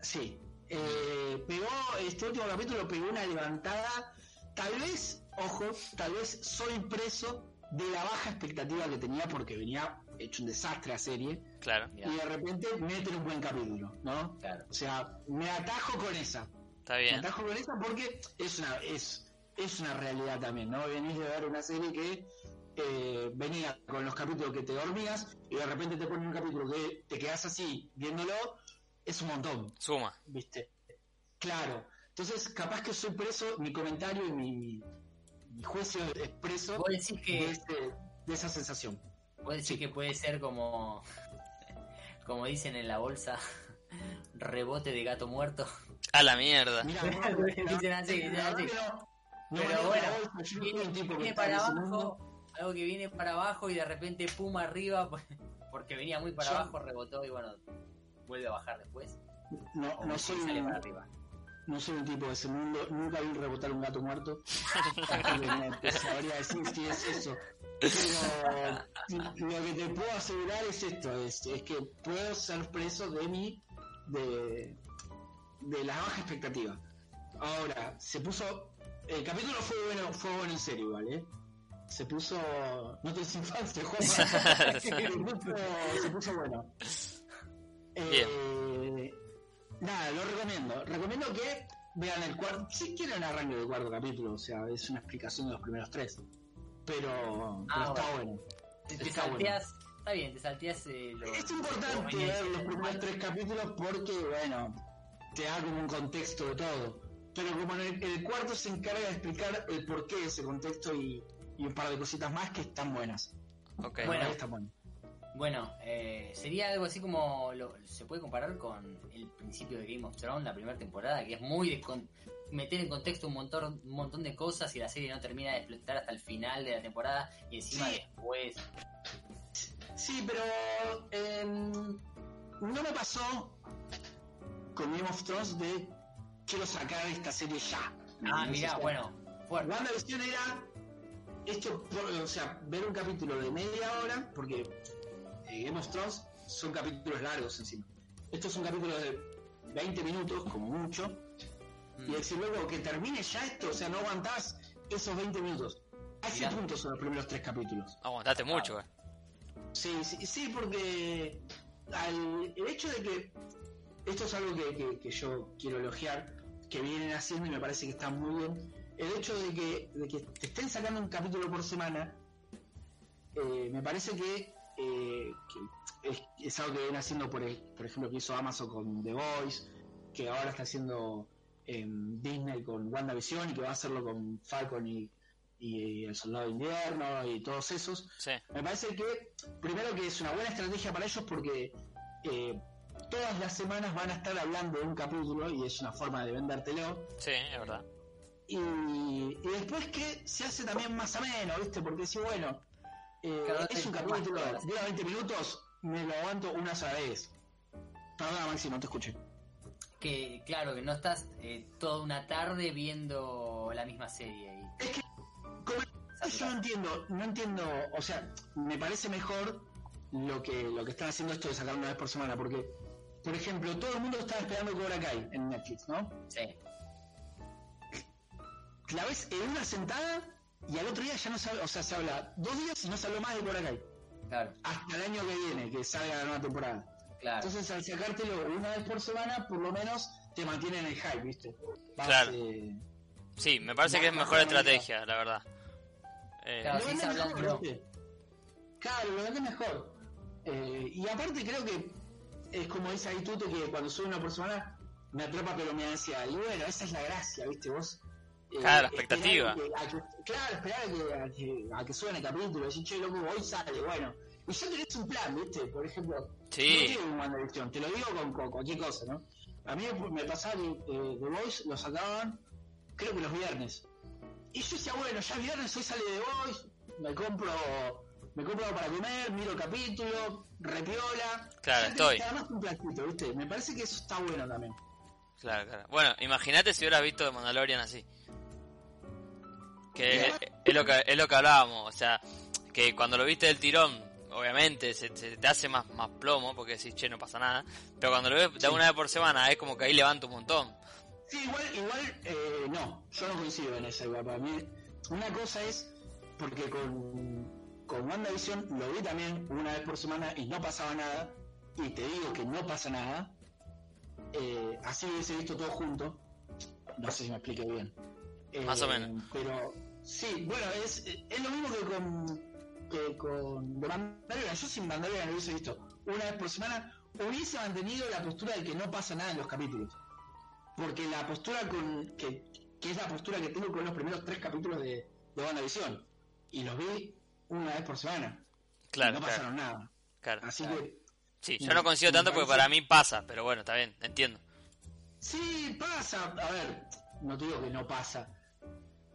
Speaker 2: Sí. Eh, pegó, este último capítulo pegó una levantada. Tal vez, ojo, tal vez soy preso de la baja expectativa que tenía porque venía hecho un desastre la serie.
Speaker 1: Claro,
Speaker 4: Mirá,
Speaker 2: Y de repente meten un buen capítulo, ¿no?
Speaker 4: claro.
Speaker 2: O sea, me atajo con esa.
Speaker 1: está
Speaker 2: Me
Speaker 1: bien.
Speaker 2: atajo con esa porque es una, es, es una realidad también, ¿no? Venís de ver una serie que eh, venía con los capítulos que te dormías y de repente te ponen un capítulo que te quedas así viéndolo, es un montón,
Speaker 1: Suma.
Speaker 2: ¿viste? Claro. Entonces, capaz que soy preso, mi comentario y mi, mi, mi juicio es preso
Speaker 4: Vos decís
Speaker 2: de,
Speaker 4: que,
Speaker 2: ese- de esa sensación.
Speaker 4: vos decís que puede ser como, como dicen en la bolsa, rebote de gato muerto.
Speaker 1: A la mierda.
Speaker 2: Mirá,
Speaker 4: Dicen así, dicen
Speaker 2: la verdad
Speaker 4: así.
Speaker 2: que no- no
Speaker 4: Pero
Speaker 2: manejo la
Speaker 4: bueno,
Speaker 2: bolsa, yo no soy un
Speaker 4: Viene,
Speaker 2: tipo que
Speaker 4: viene
Speaker 2: está
Speaker 4: para
Speaker 2: diciendo-
Speaker 4: abajo, algo que viene para abajo y de repente puma arriba, pues, porque venía muy para
Speaker 2: Yo-
Speaker 4: abajo, rebotó y bueno, vuelve a bajar después.
Speaker 2: No,
Speaker 4: O
Speaker 2: no soy
Speaker 4: sí, sale
Speaker 2: un-
Speaker 4: para arriba.
Speaker 2: No soy un tipo de ese mundo, nunca vi rebotar un gato muerto. Así que no te sabría decir si es eso. Pero lo que te puedo asegurar es esto, es, es que puedo ser preso de mi, de, de la baja expectativa. Ahora, se puso. El capítulo fue bueno, fue bueno en serio, ¿vale? Se puso. No tenés infancia, Juan. se, puso, se puso bueno. Eh, nada, lo recomiendo. Recomiendo que vean el cuarto. Si quieren arranque del cuarto capítulo, o sea, es una explicación de los primeros tres. Pero, pero
Speaker 4: Ah,
Speaker 2: está bueno.
Speaker 4: Te, te
Speaker 2: Está bueno.
Speaker 4: salteás, está bien, te salteás eh, los-
Speaker 2: Es
Speaker 4: los
Speaker 2: importante
Speaker 4: momentos.
Speaker 2: ver los primeros tres capítulos porque, bueno, te da como un contexto de todo. Pero como en el, el cuarto se encarga de explicar el porqué de ese contexto y, y un par de cositas más que están buenas.
Speaker 1: Ok.
Speaker 4: Bueno.
Speaker 2: Ahí están buenas.
Speaker 4: Bueno, eh, sería algo así como. lo- se puede comparar con el principio de Game of Thrones, la primera temporada, que es muy. de con- meter en contexto un montón, un montón de cosas y la serie no termina de explotar hasta el final de la temporada y encima
Speaker 2: Sí.
Speaker 4: después.
Speaker 2: Sí, pero em, no me pasó con Game of Thrones de quiero sacar esta serie ya.
Speaker 4: Ah,
Speaker 2: No sé
Speaker 4: mirá,
Speaker 2: si-
Speaker 4: bueno, fuerte.
Speaker 2: WandaVision era esto, por- o sea, ver un capítulo de media hora, porque eh, Game of Thrones son capítulos largos encima. Esto es un capítulo de 20 minutos, como mucho,
Speaker 4: Mm.
Speaker 2: y decir luego que termine ya esto, o sea, no aguantás esos 20 minutos. A ese
Speaker 4: Mirá.
Speaker 2: punto son los primeros tres capítulos.
Speaker 1: Aguantaste mucho, eh.
Speaker 2: Sí, sí, sí, porque al- el hecho de que esto es algo que, que- que yo quiero elogiar, que vienen haciendo y me parece que está muy bien, el hecho de que, de que te estén sacando un capítulo por semana, eh, me parece que eh, que es, es algo que viene haciendo, por, e- por ejemplo, que hizo Amazon con The Voice, que ahora está haciendo em, Disney con WandaVision y que va a hacerlo con Falcon y, y El Soldado de Invierno y todos esos.
Speaker 1: Sí,
Speaker 2: Me parece que, primero que es una buena estrategia para ellos porque eh, todas las semanas van a estar hablando de un capítulo y es una forma de vendértelo.
Speaker 1: sí, es verdad.
Speaker 2: Y, y después que se hace también más ameno, ¿viste? Porque si, bueno, eh,
Speaker 4: Claro,
Speaker 2: es un
Speaker 4: te-
Speaker 2: capítulo
Speaker 4: te-
Speaker 2: de 20 minutos, me lo aguanto una sola vez. Perdona, Maxi, no te escuché.
Speaker 4: Que claro, que no estás eh, toda una tarde viendo la misma serie. Y...
Speaker 2: Como- Yo no
Speaker 4: saturado.
Speaker 2: entiendo, no entiendo, o sea, me parece mejor lo que lo que están haciendo esto de sacar una vez por semana, porque, por ejemplo, todo el mundo estaba esperando Cobra Kai en Netflix, ¿no?
Speaker 4: Sí.
Speaker 2: La ves en una sentada y al otro día ya no se habla, o sea, se habla dos días y no se habló más de Cobra Kai,
Speaker 4: Claro,
Speaker 2: hasta el año que viene, que salga la nueva temporada.
Speaker 4: claro.
Speaker 2: Entonces al sacártelo una vez por semana, por lo menos te mantienen el hype, ¿viste? Vas,
Speaker 1: Claro.
Speaker 2: eh,
Speaker 1: Sí, me parece que es mejor estrategia, la verdad. Eh,
Speaker 4: Claro.
Speaker 2: lo
Speaker 4: Así
Speaker 2: vendés
Speaker 4: se habla,
Speaker 2: mejor,
Speaker 4: ¿no?
Speaker 2: ¿viste? Claro, lo vendés mejor. Eh, y aparte creo que es como dice ahí Tuto que cuando soy una persona me atrapa pero me da ansiedad. Y bueno, esa es la gracia, ¿viste? Vos... eh,
Speaker 1: Claro, la
Speaker 2: esperar
Speaker 1: expectativa.
Speaker 2: a que- a que- claro, esperar a que, a que, a que suban el capítulo, decir, che, loco, hoy sale, bueno. Y ya tenés un plan, ¿viste? Por ejemplo,
Speaker 1: Sí.
Speaker 2: no tiene un WandaVision, te lo digo con, con cualquier cosa, ¿no? A mí me- me pasaba que eh, The Voice lo sacaban, creo que los viernes. Y yo decía, bueno, ya viernes hoy sale The Voice, me compro, me compro algo para comer, miro el capítulo, repiola.
Speaker 1: Claro,
Speaker 2: Ya te-
Speaker 1: estoy.
Speaker 2: te armaste un platito, ¿viste? Me parece que eso está bueno también.
Speaker 1: claro, claro. Bueno, imagínate si hubieras visto de Mandalorian así. Que
Speaker 2: Bien.
Speaker 1: es lo que, es lo que hablábamos, o sea, que cuando lo viste del tirón, obviamente se, se te hace más, más plomo porque decís, che, no pasa nada. Pero cuando lo ves de una vez por semana es como que ahí levanta un montón.
Speaker 2: Sí, igual, igual, eh, no, yo no coincido en esa igual. Para mí, una cosa es, porque con, con WandaVision lo vi también una vez por semana y no pasaba nada, y te digo que no pasa nada, eh, así hubiese visto todo junto, no sé si me expliqué bien. Eh,
Speaker 1: Más o menos.
Speaker 2: Pero, sí, bueno, es, es lo mismo que con, que con The Mandalorian. Yo sin Mandalorian lo hubiese visto una vez por semana, hubiese mantenido la postura de que no pasa nada en los capítulos. Porque la postura con que, que es la postura que tengo con los primeros tres capítulos de, de WandaVision. Y los vi una vez por semana.
Speaker 1: Claro,
Speaker 2: no
Speaker 1: claro,
Speaker 2: pasaron nada.
Speaker 1: claro.
Speaker 2: Así que
Speaker 1: Sí, yo no coincido
Speaker 2: Me
Speaker 1: tanto porque
Speaker 2: parece-
Speaker 1: para mí pasa, pero bueno, está bien, entiendo.
Speaker 2: sí pasa. A ver, no te digo que no pasa.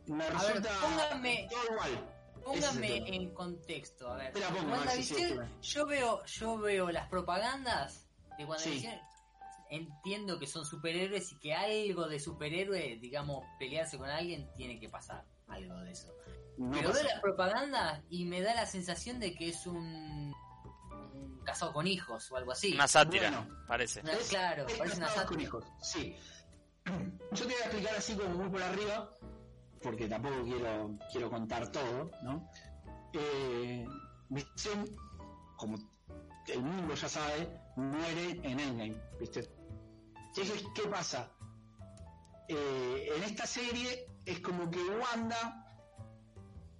Speaker 2: Me
Speaker 4: ver,
Speaker 2: resulta
Speaker 4: pónganme-
Speaker 2: todo igual.
Speaker 4: Póngame eh,
Speaker 2: Ese es el
Speaker 4: en contexto, a ver.
Speaker 2: Te la pongo, Maxi, sí,
Speaker 4: WandaVision,
Speaker 2: sí,
Speaker 4: yo veo, yo veo las propagandas de WandaVision. Entiendo que son superhéroes y que algo de superhéroe, digamos, pelearse con alguien tiene que pasar. Algo de eso.
Speaker 2: No
Speaker 4: Pero
Speaker 2: pasa.
Speaker 4: veo las propagandas y me da la sensación de que es un, un casado con hijos o algo así.
Speaker 1: Una sátira,
Speaker 2: Bueno.
Speaker 1: parece.
Speaker 4: Una- claro,
Speaker 2: es
Speaker 4: parece una
Speaker 2: casados con
Speaker 4: sátira.
Speaker 2: hijos. Sí. Yo te voy a explicar así como muy por arriba, porque tampoco quiero, quiero contar todo, ¿no? Eh, Visión, como el mundo ya sabe, muere en Endgame, ¿viste? Entonces, ¿qué pasa? Eh, en esta serie es como que Wanda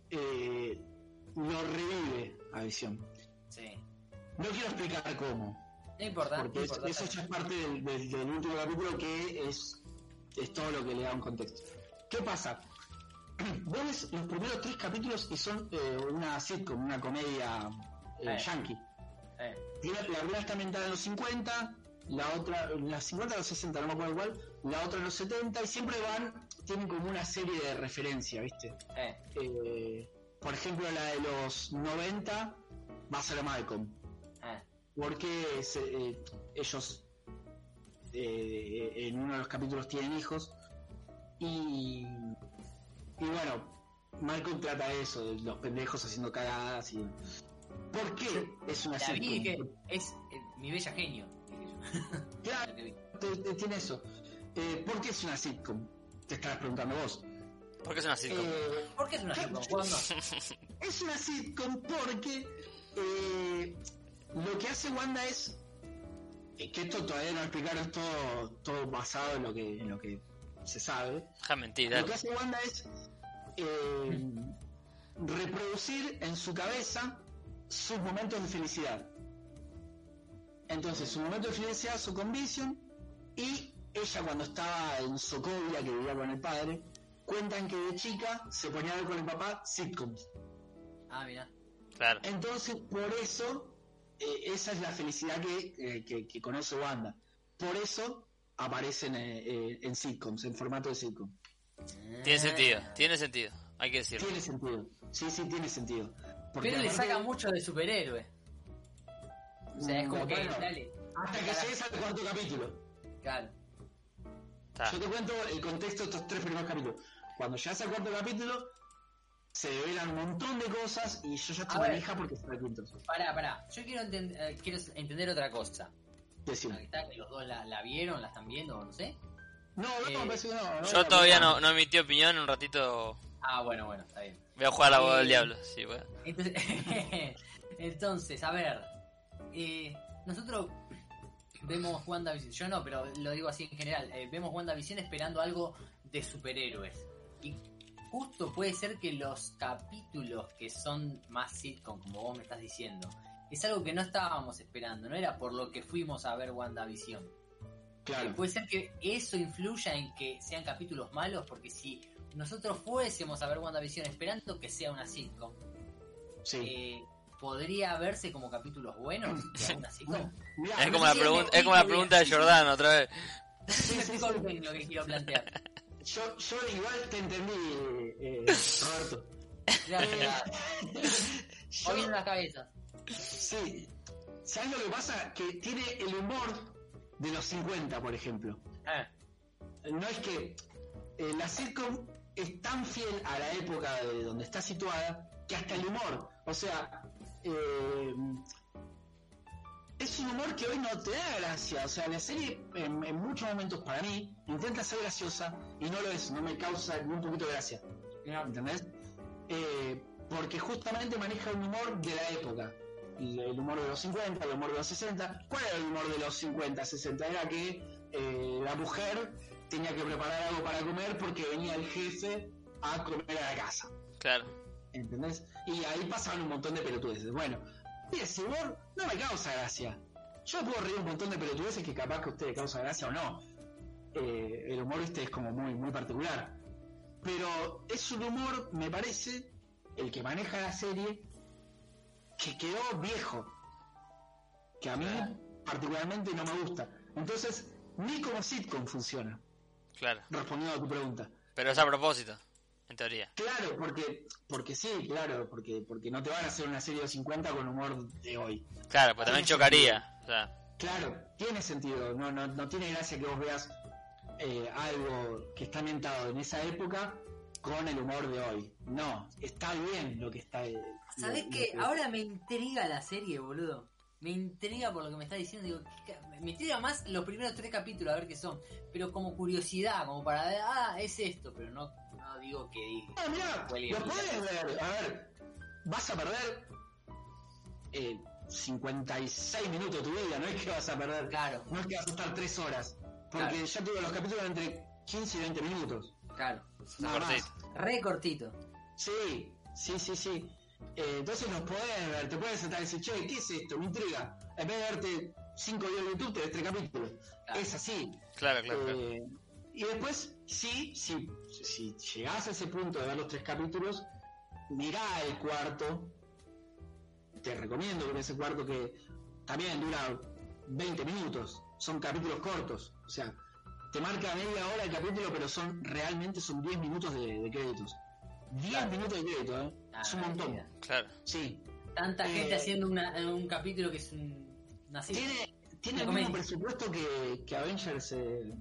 Speaker 2: eh, lo revive a Visión.
Speaker 4: Sí.
Speaker 2: No quiero explicar cómo,
Speaker 4: No importa, no
Speaker 2: porque es-
Speaker 4: importa.
Speaker 2: eso ya es parte del, del- del último capítulo que es, es todo lo que le da un contexto. ¿Qué pasa? Vos ves los primeros tres capítulos y son eh, una sitcom, una comedia eh,
Speaker 4: Eh.
Speaker 2: yankee.
Speaker 4: Eh,
Speaker 2: Tiene- La primera está ambientada en los 50, la otra, en los 50 o los 60, no me acuerdo igual, la otra en los 70 y siempre van, tienen como una serie de referencia, ¿viste?
Speaker 4: eh,
Speaker 2: Eh, por ejemplo, la de los 90 va a ser Malcolm
Speaker 4: eh.
Speaker 2: porque se- eh, ellos eh, en uno de los capítulos tienen hijos y, y bueno, Malcolm trata de eso, de los pendejos haciendo cagadas y... ¿Por qué es una
Speaker 4: La vi y dije,
Speaker 2: serie?
Speaker 4: es eh, mi bella genio. dije yo.
Speaker 2: Claro,
Speaker 4: Lo que vi.
Speaker 2: te- te- tiene eso. Eh, ¿Por qué es una sitcom? Te estarás preguntando vos.
Speaker 1: Porque es una sitcom.
Speaker 2: Eh,
Speaker 4: ¿Por qué es una sitcom? Juan? No.
Speaker 2: es una sitcom porque eh, lo que hace Wanda es eh, que esto todavía no explicaron todo todo basado en lo que en lo que se sabe
Speaker 1: Deja mentir,
Speaker 2: lo que
Speaker 1: dale.
Speaker 2: hace Wanda es eh, reproducir en su cabeza sus momentos de felicidad. Entonces, su momento de felicidad, su convicción, y ella cuando estaba en Sokovia, que vivía con el padre, cuentan que de chica se ponía a ver con el papá sitcoms.
Speaker 4: Ah, mira.
Speaker 1: Claro.
Speaker 2: Entonces, por eso, eh, esa es la felicidad que, eh, que, que conoce Wanda. Por eso aparecen eh, eh, en sitcoms, en formato de sitcom.
Speaker 1: Tiene sentido, tiene sentido. Hay que decirlo.
Speaker 2: Tiene sentido. Sí, sí, tiene sentido.
Speaker 4: Pero le
Speaker 2: aparte-
Speaker 4: saca mucho de superhéroe. O sea, es como
Speaker 2: No,
Speaker 4: que.
Speaker 2: bueno,
Speaker 4: Dale.
Speaker 2: Hasta que llegues al cuarto capítulo.
Speaker 4: Claro.
Speaker 1: Está.
Speaker 2: Yo te cuento el contexto de estos tres primeros capítulos. Cuando llegas al cuarto capítulo, se develan un montón de cosas y yo ya
Speaker 4: A
Speaker 2: estoy
Speaker 4: ver.
Speaker 2: manija porque está el quinto.
Speaker 4: Pará, pará. Yo quiero, enten- eh, quiero entender otra cosa.
Speaker 2: Decime.
Speaker 4: Está que los dos la, la vieron, la están viendo, o no sé.
Speaker 2: No, no,
Speaker 4: Eh,
Speaker 2: me parece que no. no,
Speaker 1: Yo
Speaker 2: no,
Speaker 1: todavía no, no emití opinión, en un ratito
Speaker 4: Ah, bueno, bueno, está bien.
Speaker 1: voy a jugar a la boda del
Speaker 4: Eh,
Speaker 1: diablo. Sí, pues. bueno.
Speaker 4: Entonces, entonces, a ver, eh, nosotros vemos WandaVision, yo no, pero lo digo así en general, eh, vemos WandaVision esperando algo de superhéroes. Y justo puede ser que los capítulos que son más sitcom, como vos me estás diciendo, es algo que no estábamos esperando, no era por lo que fuimos a ver WandaVision.
Speaker 2: Claro.
Speaker 4: Y Puede ser que eso influya en que sean capítulos malos, porque si nosotros fuésemos a ver WandaVision esperando que sea una sitcom,
Speaker 2: Sí.
Speaker 4: eh, podría verse como capítulos buenos de alguna sitcom.
Speaker 2: Mirá,
Speaker 1: Es
Speaker 2: no
Speaker 1: como
Speaker 2: sé
Speaker 1: la
Speaker 2: si
Speaker 1: pregunta,
Speaker 4: me-
Speaker 1: es como la
Speaker 4: me-
Speaker 1: pregunta de Jordán otra vez.
Speaker 4: Me disculpen lo que quiero plantear.
Speaker 2: Yo, yo igual te entendí, eh, eh, Roberto.
Speaker 4: Gracias.
Speaker 2: Eh, Yo-
Speaker 4: Moviendo las cabezas.
Speaker 2: sí. ¿Sabes lo que pasa? Que tiene el humor de los 50, por ejemplo. no es que eh, la sitcom es tan fiel a la época de donde está situada que hasta el humor, o sea, eh, es un humor que hoy no te da gracia, o sea, la serie en, en muchos momentos para mí intenta ser graciosa y no lo es, no me causa ni un poquito de gracia, ¿entendés? Eh, porque justamente maneja un humor de la época. Y el humor de los 50, el humor de los 60. ¿Cuál era el humor de los 50, 60? Era que eh, la mujer tenía que preparar algo para comer porque venía el jefe a comer a la casa.
Speaker 1: Claro.
Speaker 2: ¿Entendés? Y ahí pasaban un montón de pelotudeces. Bueno, y ese humor no me causa gracia. Yo puedo reír un montón de pelotudeces que capaz que a usted le causa gracia o no. Eh, el humor este es como muy, muy particular. Pero es un humor, me parece, el que maneja la serie, que quedó viejo. Que a mí particularmente no me gusta. Entonces, ni como sitcom funciona,
Speaker 1: Claro.
Speaker 2: respondiendo a tu pregunta.
Speaker 1: Pero es a propósito, en teoría.
Speaker 2: Claro, porque, porque sí, claro, porque, porque no te van a hacer una serie de 50 con humor de hoy.
Speaker 1: Claro, pues también chocaría. O sea,
Speaker 2: Claro, tiene sentido, no, no, no tiene gracia que vos veas eh, algo que está ambientado en esa época con el humor de hoy. No, está bien lo que está... eh, lo-
Speaker 4: ¿Sabés
Speaker 2: lo
Speaker 4: qué?
Speaker 2: que-
Speaker 4: Ahora me intriga la serie, boludo. Me intriga por lo que me está diciendo. Digo, ¿qué ca- me intriga más los primeros tres capítulos, a ver qué son. Pero como curiosidad, como para ver, ah, es esto. Pero no, no digo que diga.
Speaker 2: Ah, mirá,
Speaker 4: Huele
Speaker 2: lo
Speaker 4: bien.
Speaker 2: podés ver. A ver, vas a perder eh, 56 minutos de tu vida, no es que vas a perder...
Speaker 4: Claro,
Speaker 2: No es que vas a estar 3 horas, porque
Speaker 4: Claro.
Speaker 2: ya tuve los capítulos entre 15 y 20 minutos.
Speaker 4: claro.
Speaker 2: Nada más.
Speaker 1: cortito.
Speaker 4: Re cortito.
Speaker 2: Sí, sí, sí, sí. Eh, entonces los podés ver, te puedes sentar y decir, che, ¿qué es esto? Me intriga. En vez de verte 5 videos de YouTube, te ves 3 capítulos.
Speaker 4: Claro.
Speaker 2: Es así.
Speaker 1: claro, claro, claro.
Speaker 2: Eh, y después, sí, sí, si llegás a ese punto de ver los 3 capítulos, mirá el cuarto. Te recomiendo que veas el cuarto que también dura 20 minutos. Son capítulos cortos. O sea, te marca media hora el capítulo, pero son realmente son 10 minutos de, de créditos. 10
Speaker 4: Claro.
Speaker 2: minutos de crédito, ¿eh?
Speaker 4: Ah,
Speaker 2: es un montón.
Speaker 4: mira.
Speaker 1: Claro.
Speaker 2: Sí.
Speaker 4: Tanta
Speaker 2: Eh,
Speaker 4: gente haciendo una- un capítulo que es un, una serie.
Speaker 2: Tiene, tiene el
Speaker 4: Una
Speaker 2: mismo
Speaker 4: comedia.
Speaker 2: presupuesto que, que Avengers, eh,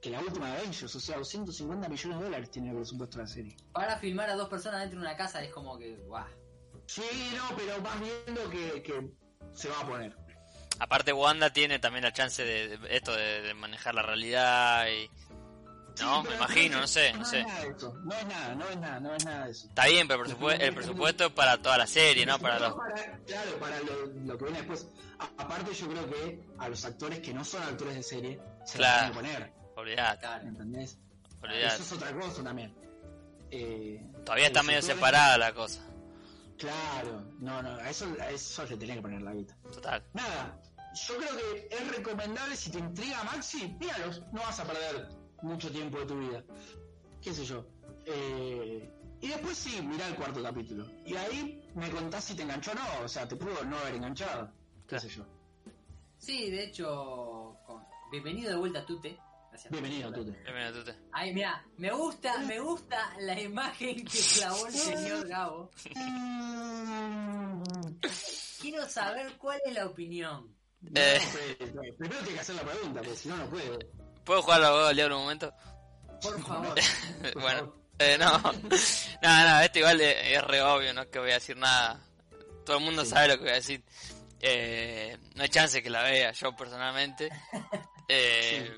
Speaker 2: que la última de Avengers. O sea, 250 millones de dólares tiene el presupuesto de la serie.
Speaker 4: Para filmar a dos personas dentro de una casa es como que, guau.
Speaker 2: Sí, no, pero vas viendo que, que se va a poner.
Speaker 1: Aparte Wanda tiene también la chance de, de esto de, de manejar la realidad y no,
Speaker 2: Sí,
Speaker 1: me
Speaker 2: pero
Speaker 1: imagino, no sé, no
Speaker 2: es
Speaker 1: sé.
Speaker 2: nada de eso, No es nada, no es nada, no es nada de eso.
Speaker 1: Está bien, pero el presupu- el presupuesto es para toda la serie, no para los
Speaker 2: Para- claro, para lo, lo que viene después. A- aparte, yo creo que a los actores que no son actores de serie se la
Speaker 1: Claro.
Speaker 2: van a poner.
Speaker 1: Olvidate,
Speaker 4: Claro.
Speaker 2: ¿Entendés?
Speaker 1: olvidate.
Speaker 2: Eso es otra cosa también. Eh,
Speaker 1: Todavía está
Speaker 2: los
Speaker 1: medio
Speaker 2: actores-
Speaker 1: separada la cosa.
Speaker 2: Claro, no, no, a eso, a eso le tenía que poner la guita.
Speaker 1: Total.
Speaker 2: Nada, yo creo que es recomendable si te intriga Maxi, míralos, no vas a perder mucho tiempo de tu vida. Qué sé yo. Eh, y después sí, mirá el cuarto capítulo. Y ahí me contás si te enganchó o no, o sea, te pudo no haber enganchado. Qué
Speaker 1: Claro.
Speaker 2: sé yo.
Speaker 4: Sí, de hecho, con- bienvenido de vuelta a Tute. Gracias.
Speaker 2: Bienvenido, Tute.
Speaker 1: Bienvenido, Tute.
Speaker 4: Ay, mira, me gusta, me gusta la imagen que clavó el señor Gabo. Quiero saber cuál es la opinión.
Speaker 1: Eh,
Speaker 2: Pues, Primero tiene que hacer la pregunta, porque si no, no puedo.
Speaker 1: ¿Puedo jugar al abogado del diablo un momento?
Speaker 4: Por favor.
Speaker 1: bueno, eh, no. nada, nada, esto igual es, es re obvio, no es que voy a decir nada. Todo el mundo sabe lo que voy a decir. Eh, no hay chance que la vea, yo personalmente. Eh,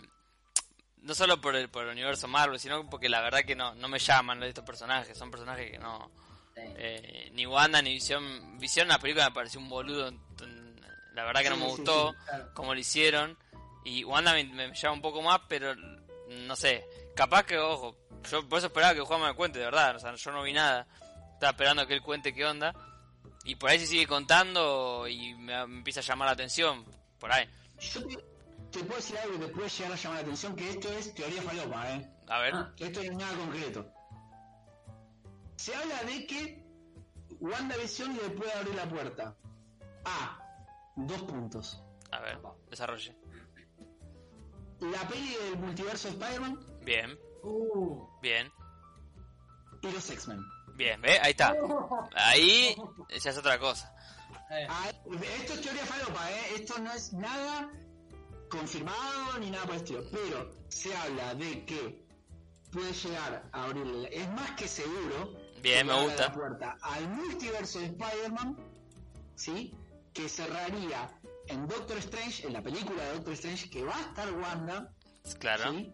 Speaker 1: No solo por el, por el universo Marvel, sino porque la verdad que no, no me llaman estos personajes. Son personajes que no.
Speaker 4: Sí.
Speaker 1: eh, ni Wanda ni Visión. Visión, la película me pareció un boludo. ent- La verdad que no
Speaker 2: Sí,
Speaker 1: me
Speaker 2: sí,
Speaker 1: gustó
Speaker 2: sí, claro.
Speaker 1: como lo hicieron. Y Wanda me, me llama un poco más, pero no sé. Capaz que, ojo, yo por eso esperaba que Juan me cuente, de verdad. O sea, yo no vi nada. Estaba esperando que él cuente qué onda. Y por ahí se sigue contando y me, me empieza a llamar la atención. Por ahí.
Speaker 2: Yo te, te puedo decir algo que puede llegar a llamar la atención, que esto es teoría falopa, ¿eh?
Speaker 1: A ver.
Speaker 4: Ah.
Speaker 2: Esto no es nada concreto. Se habla de que WandaVision le puede abrir la puerta. A. Dos puntos.
Speaker 1: A ver. Desarrolle.
Speaker 2: La peli del multiverso de Spider-Man
Speaker 1: Bien.
Speaker 4: Uh,
Speaker 1: Bien.
Speaker 2: y los X-Men.
Speaker 1: Bien. ¿Ve? Ahí está. Ahí ya es otra cosa.
Speaker 4: eh,
Speaker 2: Ah, Esto es teoría falopa, ¿eh? Esto no es nada confirmado ni nada por el estilo. Pero se habla de que puede llegar a abrirle. Es más que seguro.
Speaker 1: Bien,
Speaker 2: que
Speaker 1: me
Speaker 2: abra
Speaker 1: gusta.
Speaker 2: La puerta al multiverso de Spider-Man, ¿sí? Que cerraría en Doctor Strange, en la película de Doctor Strange, que va a estar Wanda.
Speaker 1: Claro.
Speaker 2: ¿sí?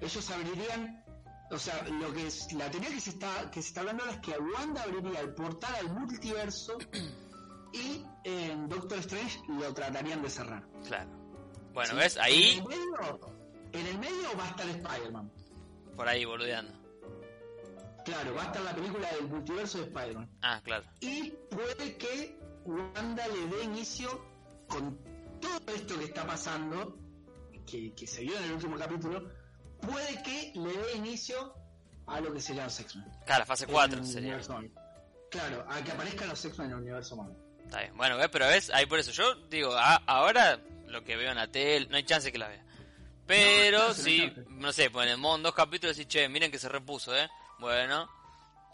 Speaker 2: Ellos abrirían, o sea, lo que es, la teoría que se está que se está hablando ahora es que Wanda abriría el portal al multiverso y en Doctor Strange lo tratarían de cerrar.
Speaker 1: Claro. Bueno,
Speaker 2: ¿sí?
Speaker 1: ¿ves? Ahí,
Speaker 2: En el medio, en el medio va a estar Spider-Man.
Speaker 1: por ahí, boludeando.
Speaker 2: Claro, va a estar la película del multiverso de Spider-Man.
Speaker 1: Ah, claro.
Speaker 2: Y puede que Wanda le dé inicio con todo esto que está pasando, que, que se vio en el último capítulo, puede que le dé inicio a lo que serían los X-Men.
Speaker 1: Claro, fase
Speaker 2: En
Speaker 1: 4
Speaker 2: el
Speaker 1: Este sería.
Speaker 2: universo Marvel. Claro, a que aparezcan los X-Men en el universo Marvel.
Speaker 1: Está bien. Bueno, ¿ves? Pero ves, ahí por eso. Yo digo, a- ahora lo que veo en la tele, no hay chance que la vea. Pero
Speaker 2: No, no hay chance, no
Speaker 1: sí,
Speaker 2: hay chance.
Speaker 1: no sé, ponemos dos capítulos y che, miren que se repuso, ¿eh? Bueno,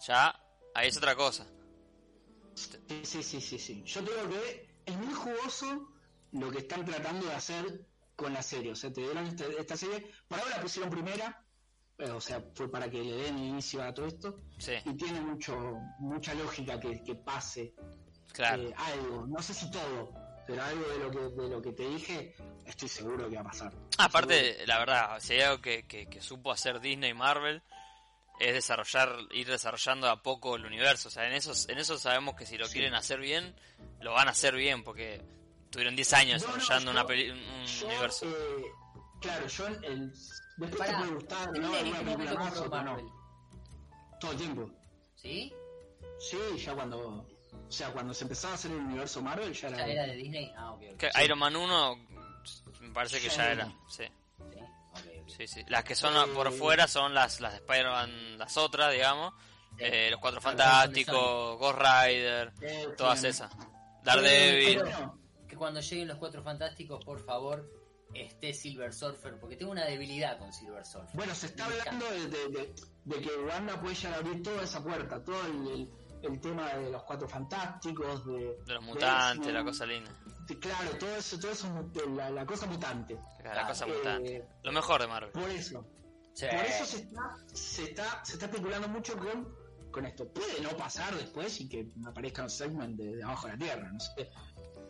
Speaker 1: ya, ahí es otra cosa.
Speaker 2: Sí, sí, sí, sí, sí. Yo creo que es muy jugoso lo que están tratando de hacer con la serie. O sea, te dieron este- esta serie, por ahora pusieron primera, eh, o sea, fue para que le den inicio a todo esto.
Speaker 1: Sí,
Speaker 2: y tiene mucho mucha lógica que, que pase
Speaker 1: claro.
Speaker 2: eh, algo no sé si todo pero algo de lo que de lo que te dije estoy seguro que va a pasar
Speaker 1: Aparte, la verdad, si hay algo que, que- que supo hacer Disney y Marvel es desarrollar, ir desarrollando de a poco el universo. O sea, en eso, en eso sabemos que si lo
Speaker 2: Sí.
Speaker 1: quieren hacer bien, lo van a hacer bien, porque tuvieron 10 años
Speaker 2: No, no,
Speaker 1: desarrollando
Speaker 2: yo-
Speaker 1: una peli- un un
Speaker 2: Yo,
Speaker 1: Mm, universo.
Speaker 2: eh, claro yo en el después
Speaker 4: Pará,
Speaker 2: te puede gustar
Speaker 4: ¿en
Speaker 2: no
Speaker 4: qué
Speaker 2: alguna película
Speaker 4: momento
Speaker 2: más
Speaker 4: compró
Speaker 2: o
Speaker 4: Marvel?
Speaker 2: no todo el tiempo
Speaker 4: ¿Sí?
Speaker 2: sí ya cuando o sea cuando se empezaba a hacer el universo Marvel ya
Speaker 4: ¿Ya era
Speaker 2: era
Speaker 4: de Disney? Ah, ok, ok.
Speaker 1: Que Iron Man 1 me parece que
Speaker 2: Ya
Speaker 1: ya
Speaker 2: era.
Speaker 1: era. Sí,
Speaker 4: Sí, ok, ok.
Speaker 1: sí, sí. Las que son a- por
Speaker 2: Eh,
Speaker 1: fuera son las, las de Spider-Man, las otras, digamos.
Speaker 4: Sí.
Speaker 1: Eh, los Cuatro
Speaker 4: Claro,
Speaker 1: Fantásticos, Ghost Rider,
Speaker 2: Eh,
Speaker 1: todas
Speaker 2: bien.
Speaker 1: esas. Daredevil.
Speaker 2: Pero bueno,
Speaker 4: Que cuando lleguen los cuatro fantásticos, por favor, esté Silver Surfer, porque tengo una debilidad con Silver Surfer.
Speaker 2: Bueno, se está
Speaker 4: Me
Speaker 2: hablando
Speaker 4: encanta.
Speaker 2: de, de- de- de que Wanda puede llegar a abrir toda esa puerta, todo el, el- el tema de los cuatro fantásticos, de,
Speaker 1: De los mutantes,
Speaker 2: X-Men,
Speaker 1: la cosa linda.
Speaker 2: de- claro, todo eso, todo eso, de la, la cosa mutante.
Speaker 1: La cosa
Speaker 2: Eh,
Speaker 1: mutante. Lo mejor de Marvel.
Speaker 2: Por eso,
Speaker 4: Sí.
Speaker 2: por eso se está, se está, se está especulando mucho con, con esto. Puede no pasar después y que aparezcan los segmentos de, de abajo de la tierra, no sé.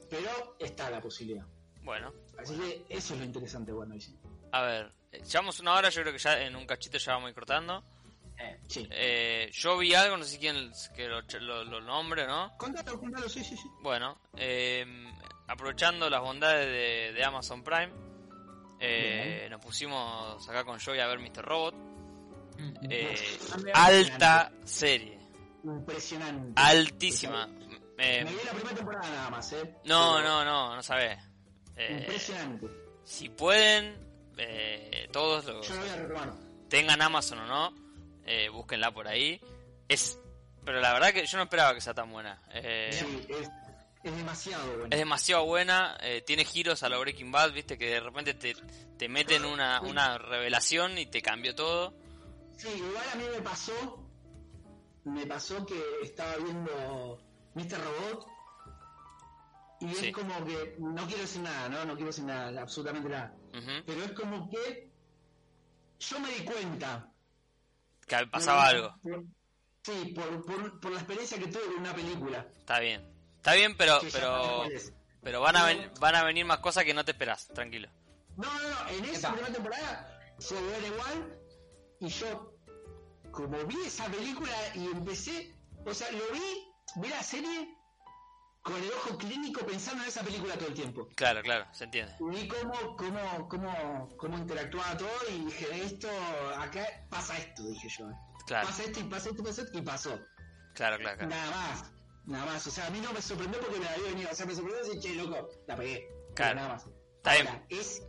Speaker 2: Pero está la posibilidad.
Speaker 1: Bueno,
Speaker 2: Así que eso es lo interesante de WandaVision.
Speaker 1: a ver. eh, Llevamos una hora, yo creo que ya en un cachito ya vamos a ir cortando.
Speaker 4: Eh,
Speaker 2: Sí.
Speaker 1: Eh, yo vi algo, no sé quién que lo, lo- lo nombre, ¿no?
Speaker 2: Contalo, contalo, sí, sí, sí.
Speaker 1: Bueno, eh, aprovechando las bondades de, de Amazon Prime, eh, nos pusimos acá con Joey a ver Mr. Robot. Eh,
Speaker 2: Dame
Speaker 1: alta serie.
Speaker 2: impresionante.
Speaker 1: Altísima. Eh,
Speaker 2: Me vi la primera temporada nada más, ¿eh?
Speaker 1: no,
Speaker 2: Pero
Speaker 1: no, no, no sabés. Eh,
Speaker 2: Impresionante.
Speaker 1: si pueden, eh, todos los
Speaker 2: Yo lo voy a reclamar.
Speaker 1: tengan Amazon o no, eh, búsquenla por ahí. Es, pero la verdad que yo no esperaba que sea tan buena. Eh,
Speaker 2: Sí, es, es demasiado bueno.
Speaker 1: es demasiado buena, eh, tiene giros a la Breaking Bad, viste, que de repente te, te meten una, una revelación y te cambió todo.
Speaker 2: Sí, igual a mí me pasó. Me pasó que estaba viendo Mr. Robot. Y
Speaker 1: Sí.
Speaker 2: es como que. No quiero decir nada, ¿no? No quiero decir nada, absolutamente nada.
Speaker 1: Ujú,
Speaker 2: Pero es como que. Yo me di cuenta.
Speaker 1: Que pasaba algo,
Speaker 2: Por- sí, por, por, por la experiencia que tuve con una película.
Speaker 1: está bien. Está bien, pero
Speaker 2: que ya sabía
Speaker 1: pero
Speaker 2: cuál es.
Speaker 1: pero van a ven- van a venir más cosas que no te esperas, tranquilo.
Speaker 2: No, no, no, en esa
Speaker 4: Epa.
Speaker 2: primera temporada se ve igual y yo como vi esa película y empecé, o sea, lo vi, vi la serie con el ojo clínico pensando en esa película todo el tiempo.
Speaker 1: Claro, claro, se entiende.
Speaker 2: Y vi cómo, cómo, cómo, cómo interactuaba todo y dije, esto, acá pasa esto, dije yo.
Speaker 1: Claro,
Speaker 2: Pasa esto y pasa esto y pasa esto y pasó.
Speaker 1: claro, claro. claro.
Speaker 2: Nada más, nada más. O sea, a mí no me sorprendió porque me la había venido. O sea, me sorprendió decir, che, loco, la pegué. Pero
Speaker 1: Claro.
Speaker 2: Nada más.
Speaker 1: Está
Speaker 2: Ahora, es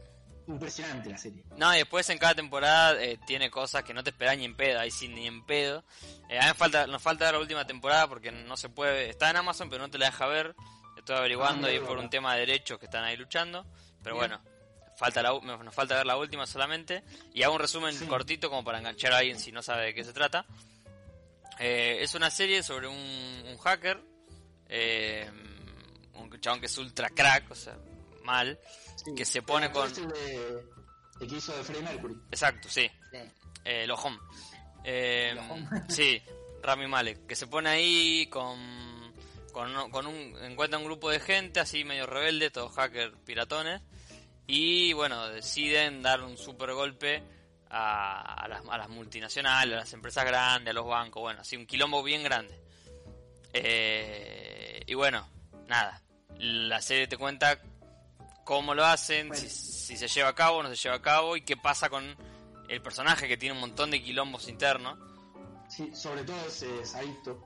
Speaker 2: impresionante la serie.
Speaker 1: No, y después en cada temporada eh, tiene cosas que no te esperás ni en pedo, ahí sí ni en pedo. Eh, a mí me falta, nos falta ver la última temporada porque no se puede, está en Amazon pero no te la deja ver. Estoy averiguando
Speaker 2: Ah,
Speaker 1: y
Speaker 2: mira,
Speaker 1: por
Speaker 2: mira.
Speaker 1: un tema de derechos que están ahí luchando. Pero
Speaker 2: Bien.
Speaker 1: bueno, falta la, u- me- nos falta ver la última solamente. Y hago un resumen
Speaker 2: Sí.
Speaker 1: cortito como para enganchar a alguien si no sabe de qué se trata. Eh, es una serie sobre un, un hacker, eh, un chabón que es ultra crack, o sea, mal, que se pone con...
Speaker 2: Este Es el, de- el que hizo de Freddie Mercury.
Speaker 1: Exacto, sí.
Speaker 4: Sí.
Speaker 1: Eh, Lojón. Eh,
Speaker 4: Lojón.
Speaker 1: sí, Rami Malek, que se pone ahí con, con, uno- con un, encuentra un grupo de gente así medio rebelde, todos hackers piratones, y bueno, deciden dar un super golpe a, a las, a las multinacionales, a las empresas grandes, a los bancos, bueno, así un quilombo bien grande. Eh, y bueno, nada, la serie te cuenta cómo lo hacen, si, si se lleva a cabo o no se lleva a cabo y qué pasa con el personaje que tiene un montón de quilombos internos.
Speaker 2: Sí, sobre todo es, es adicto.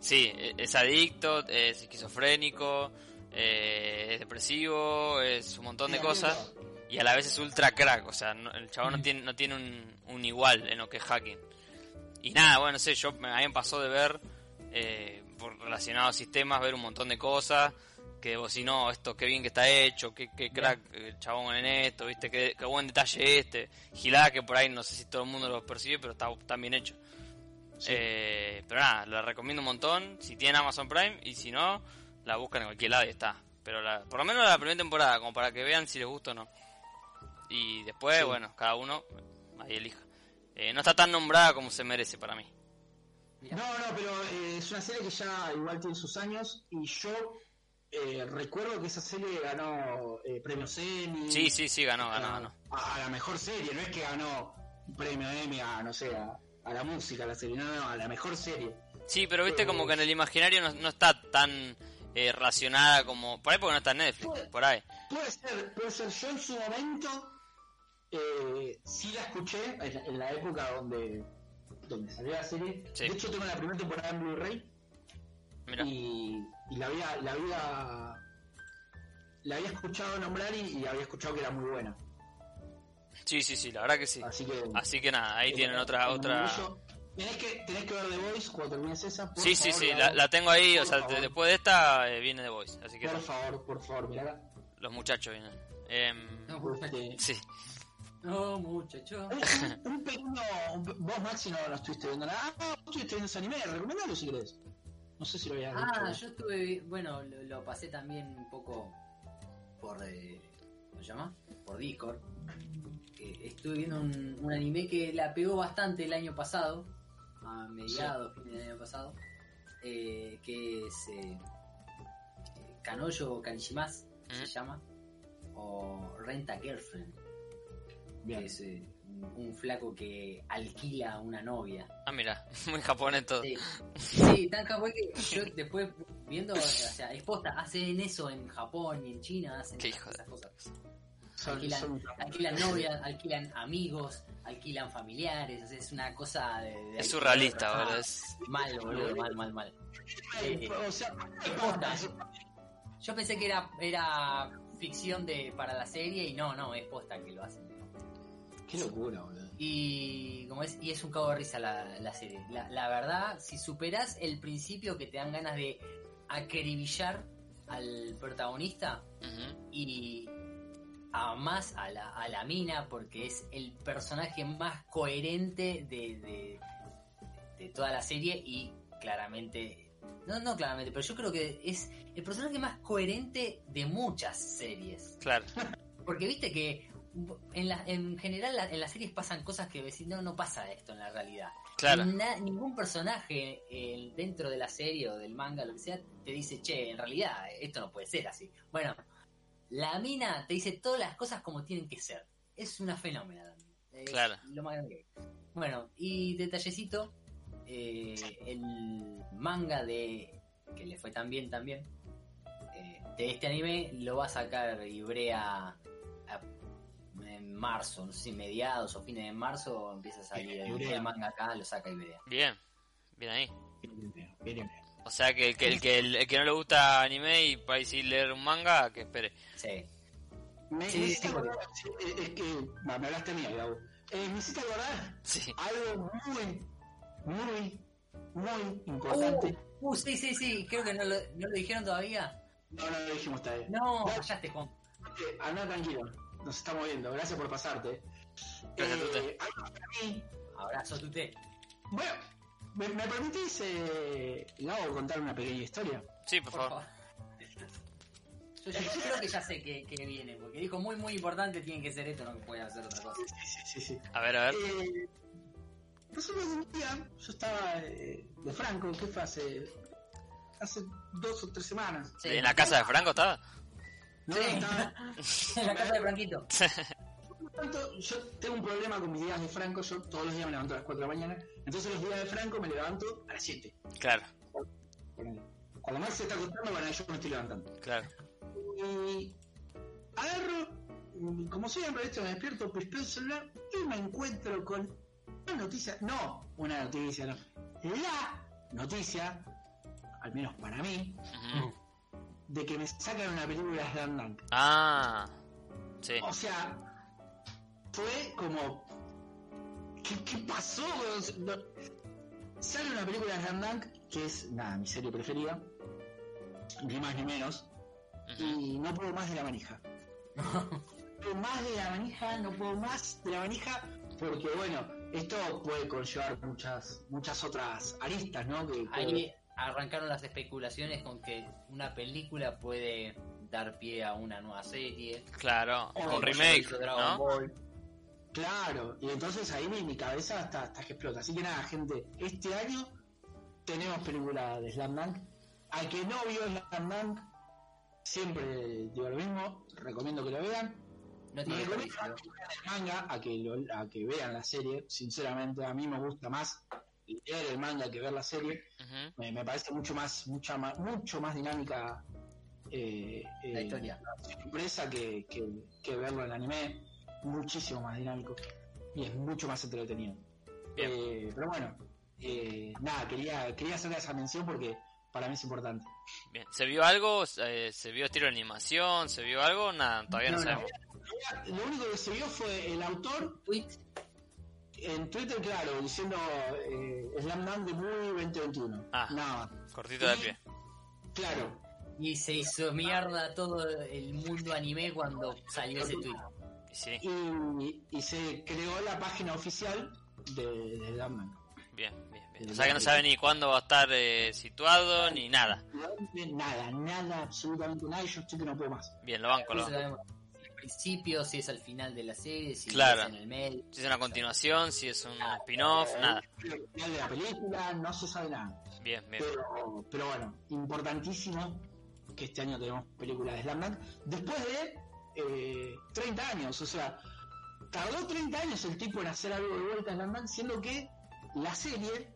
Speaker 1: Sí, e- es adicto, es esquizofrénico, eh, es depresivo, es un montón de
Speaker 2: Sí,
Speaker 1: cosas. Y a la vez es ultra crack, o sea, no- el chabón no tiene, no tiene un, un igual en lo que es hacking. Y nada, bueno, no sé, yo me- a mí me pasó de ver, eh, por, relacionado a sistemas, ver un montón de cosas. Que vos, si no, esto qué bien que está hecho, qué, qué crack el chabón en esto, viste, qué, qué buen detalle este. Gilada que por ahí no sé si todo el mundo lo percibe, pero está, está bien hecho. Eh, pero nada, la recomiendo un montón. Si tienen Amazon Prime y si no, la buscan en cualquier lado y está. Pero la- por lo menos la primera temporada, como para que vean si les gusta o no. Y después, bueno, cada uno ahí elija. Eh, no está tan nombrada como se merece para mí.
Speaker 2: No, no, pero eh, es una serie que ya igual tiene sus años y yo eh, recuerdo que esa serie ganó eh, premio Emmy.
Speaker 1: Sí, sí, sí, ganó, ganó, ganó.
Speaker 2: A, a la mejor serie, no es que ganó premio Emmy a, no sé, a, a la música, a la serie, no, no, a la mejor serie.
Speaker 1: Sí, pero viste como que en el imaginario no, no está tan eh, relacionada como... Por ahí porque no está en Netflix, por ahí.
Speaker 2: Puede ser, puede ser. Yo en su momento eh, sí la escuché en la, en la época donde, donde salió la serie.
Speaker 1: Sí.
Speaker 2: De hecho, tengo la primera temporada en Blu-ray
Speaker 1: Mira,
Speaker 2: y, y la había, la había, la había escuchado nombrar y, y había escuchado que era muy buena.
Speaker 1: sí, sí, sí, la verdad que sí.
Speaker 2: Así que
Speaker 1: Así que nada, ahí tienen otra...
Speaker 2: en
Speaker 1: otra...
Speaker 2: mundillo- Tenés que, tenés que ver The Voice cuando termines esa. por
Speaker 1: Sí, sí,
Speaker 2: favor,
Speaker 1: sí,
Speaker 2: la-
Speaker 1: la, la tengo ahí, o
Speaker 2: Por
Speaker 1: sea, de-
Speaker 2: favor.
Speaker 1: después de esta eh, viene The Voice, así que
Speaker 2: Por favor, por favor, mirá.
Speaker 1: los muchachos vienen. Em,
Speaker 4: No, muchacho.
Speaker 2: Este,
Speaker 1: sí,
Speaker 4: No, muchacho.
Speaker 2: un, un- un pequeño. un pe- vos, Maxi, no, no estuviste viendo nada. Ah, vos estuviste viendo ese anime, recomendalo si querés. No sé si lo habías
Speaker 4: Ah,
Speaker 2: dicho.
Speaker 4: yo estuve. Bueno, lo, lo pasé también un poco por. eh, ¿Cómo se llama? Por Discord. Eh, estuve viendo un, un anime que la pegó bastante el año pasado, a mediados, fines del año pasado, eh, que es. Eh, Kanoyo Kanishimas, se
Speaker 1: Ujú.
Speaker 4: llama. O Renta Girlfriend,
Speaker 2: Bien.
Speaker 4: que es eh, un, un flaco que alquila a una novia.
Speaker 1: ah, mira, muy japonés todo.
Speaker 4: Sí, sí, tan capaz que yo después viendo, o sea, es posta, hacen eso en Japón y en China, hacen
Speaker 1: Qué
Speaker 4: esas,
Speaker 1: hijo de
Speaker 4: esas cosas.
Speaker 2: Son-
Speaker 4: Alquilan,
Speaker 2: son-
Speaker 4: alquilan novias, alquilan amigos, alquilan familiares. o sea, Es una cosa de. de-
Speaker 1: Es surrealista,
Speaker 4: Ah,
Speaker 1: boludo. es-
Speaker 4: Mal, boludo, mal, mal, mal. Eh,
Speaker 2: O sea,
Speaker 4: postas. Yo pensé que era, era ficción de para la serie y no, no, es posta que lo hacen.
Speaker 2: qué locura, boludo.
Speaker 4: Y como es, y es un cago de risa la, la serie. La, la verdad, si superas el principio que te dan ganas de acribillar al protagonista
Speaker 1: Ujú.
Speaker 4: y amás a la, a la mina porque es el personaje más coherente de, de, de toda la serie y claramente, no, no claramente, pero yo creo que es el personaje más coherente de muchas series.
Speaker 1: Claro.
Speaker 4: Porque viste que en, la- en general la- en las series pasan cosas que decís, no, no pasa esto en la realidad.
Speaker 1: Claro.
Speaker 4: Na- ningún personaje eh, dentro de la serie o del manga, lo que sea, te dice, che, en realidad esto no puede ser así. Bueno, la mina te dice todas las cosas como tienen que ser. Es una fenómena. Es
Speaker 1: Claro.
Speaker 4: Lo más grande que hay. Bueno, y detallecito, eh, el manga de que le fue tan bien también, eh, de este anime lo va a sacar Ibrea a- en marzo, no sé si mediados o fines de marzo empieza a salir el,
Speaker 2: Ibrea.
Speaker 4: el manga acá, lo saca Ibrea.
Speaker 1: Bien. Bien ahí.
Speaker 2: Miren, miren.
Speaker 1: O sea que el que, el que, el, el que no le gusta anime y para sí leer un manga, que espere.
Speaker 4: Sí.
Speaker 2: Me,
Speaker 4: Sí,
Speaker 2: necesito
Speaker 4: sí, porque-
Speaker 2: acordar- sí, es, es que bah, me hablaste a mí, Gabo. Eh, necesito acordar
Speaker 1: Sí.
Speaker 2: algo muy, muy, muy importante.
Speaker 4: Uh, uh, sí, sí, sí, creo que no lo, no lo dijeron todavía.
Speaker 2: No, no lo dijimos esta vez.
Speaker 4: No, fallaste, Juan.
Speaker 2: Eh, Andá tranquilo, nos estamos viendo. Gracias por pasarte. Eh,
Speaker 1: Gracias, Tute.
Speaker 2: algo para mí.
Speaker 4: Abrazo, Tute.
Speaker 2: Bueno, ¿me, me permitís, eh, Gabo, contar una pequeña historia?
Speaker 1: Sí, por
Speaker 4: Por
Speaker 1: favor.
Speaker 4: favor. Yo, yo- yo creo que ya sé que, que viene, porque dijo muy, muy importante, tiene que ser esto, no que puede hacer otra cosa.
Speaker 2: Sí, sí, sí. sí.
Speaker 1: A ver, a ver.
Speaker 2: Eh, nosotros un día, yo estaba eh, de Franco, ¿qué fue hace? Hace dos o tres semanas.
Speaker 4: Sí.
Speaker 1: ¿En la casa de Franco estaba?
Speaker 2: No,
Speaker 4: Sí.
Speaker 2: estaba,
Speaker 4: En la casa de Franquito.
Speaker 2: por tanto, yo tengo un problema con mis días de Franco, yo todos los días me levanto a las 4 de la mañana, entonces los días de Franco me levanto a las 7.
Speaker 1: Claro,
Speaker 2: ponele. Cuando Max se está acostando, bueno, yo me estoy levantando.
Speaker 1: claro.
Speaker 2: Y agarro, mm, como siempre, esto me despierto, pisteo el celular y me encuentro con una noticia, no una noticia, no, la noticia, al menos para mí,
Speaker 1: Ujú.
Speaker 2: de que me sacan una película de Slam Dunk.
Speaker 1: Ah. Sí.
Speaker 2: O sea, fue como. ¿Qué, qué pasó? O sea, no- Sale una película de Slam Dunk, que es nada, mi serie preferida, ni más ni menos,
Speaker 1: Ujú.
Speaker 2: y no puedo más de la manija. No puedo más de la manija, no puedo más de la manija, porque bueno, esto puede conllevar muchas muchas otras aristas, ¿no? Que, que-
Speaker 4: Ahí arrancaron las especulaciones con que una película puede dar pie a una nueva serie.
Speaker 1: Claro.
Speaker 2: Oh,
Speaker 1: Con
Speaker 2: pues,
Speaker 1: remake,
Speaker 4: hizo Dragon
Speaker 1: ¿no?
Speaker 4: Ball.
Speaker 2: Claro, y entonces ahí mi, mi cabeza está, está que explota. Así que nada, gente, este año tenemos película de Slam Dunk. Al que no vio Slam Dunk, siempre digo lo mismo, recomiendo que lo vean.
Speaker 4: No tiene
Speaker 2: Recomiendo
Speaker 4: precio.
Speaker 2: el manga a que, lo- a que vean la serie, sinceramente a mí me gusta más leer el manga que ver la serie.
Speaker 1: Ujú.
Speaker 2: Me, me parece mucho más, mucha más, mucho más dinámica eh,
Speaker 4: La
Speaker 2: eh,
Speaker 4: historia.
Speaker 2: sorpresa que, que, que verlo en anime, muchísimo más dinámico y es mucho más entretenido.
Speaker 1: Bien.
Speaker 2: Eh, pero bueno, eh, nada, quería, quería hacer esa mención porque para mí es importante.
Speaker 1: Bien. ¿Se vio algo? Eh, ¿Se vio estilo de animación? ¿Se vio algo? Nada, todavía no,
Speaker 2: No, no.
Speaker 1: sabemos.
Speaker 2: Lo único que se vio fue el autor
Speaker 4: Tweet.
Speaker 2: en Twitter, claro, diciendo eh, Slam Dunk de Movie 2021.
Speaker 1: Ah.
Speaker 2: Nada,
Speaker 1: Cortito de pie.
Speaker 2: claro.
Speaker 4: Y se hizo mierda todo el mundo anime cuando salió ese tweet.
Speaker 1: Y Sí,
Speaker 2: Y, y se creó la página oficial de, de Slam Dunk.
Speaker 1: bien, bien, bien. O sea que no sabe ni cuándo va a estar eh, situado ni nada.
Speaker 2: Nada, nada, absolutamente nada, y yo estoy que no puedo más.
Speaker 1: Bien, lo banco, lo
Speaker 4: No
Speaker 1: banco.
Speaker 4: sabemos si es al principio, si es al final de la serie, si
Speaker 1: Claro.
Speaker 4: es en el medio.
Speaker 1: Si es una continuación, si es un spin-off, nada.
Speaker 2: El final de la película, no se sabe nada.
Speaker 1: Bien, bien.
Speaker 2: Pero, pero bueno, importantísimo que este año tenemos película de Slam Dunk. Después de eh, 30 años, o sea, tardó 30 años el tipo en hacer algo de vuelta a Slam Dunk, siendo que la serie,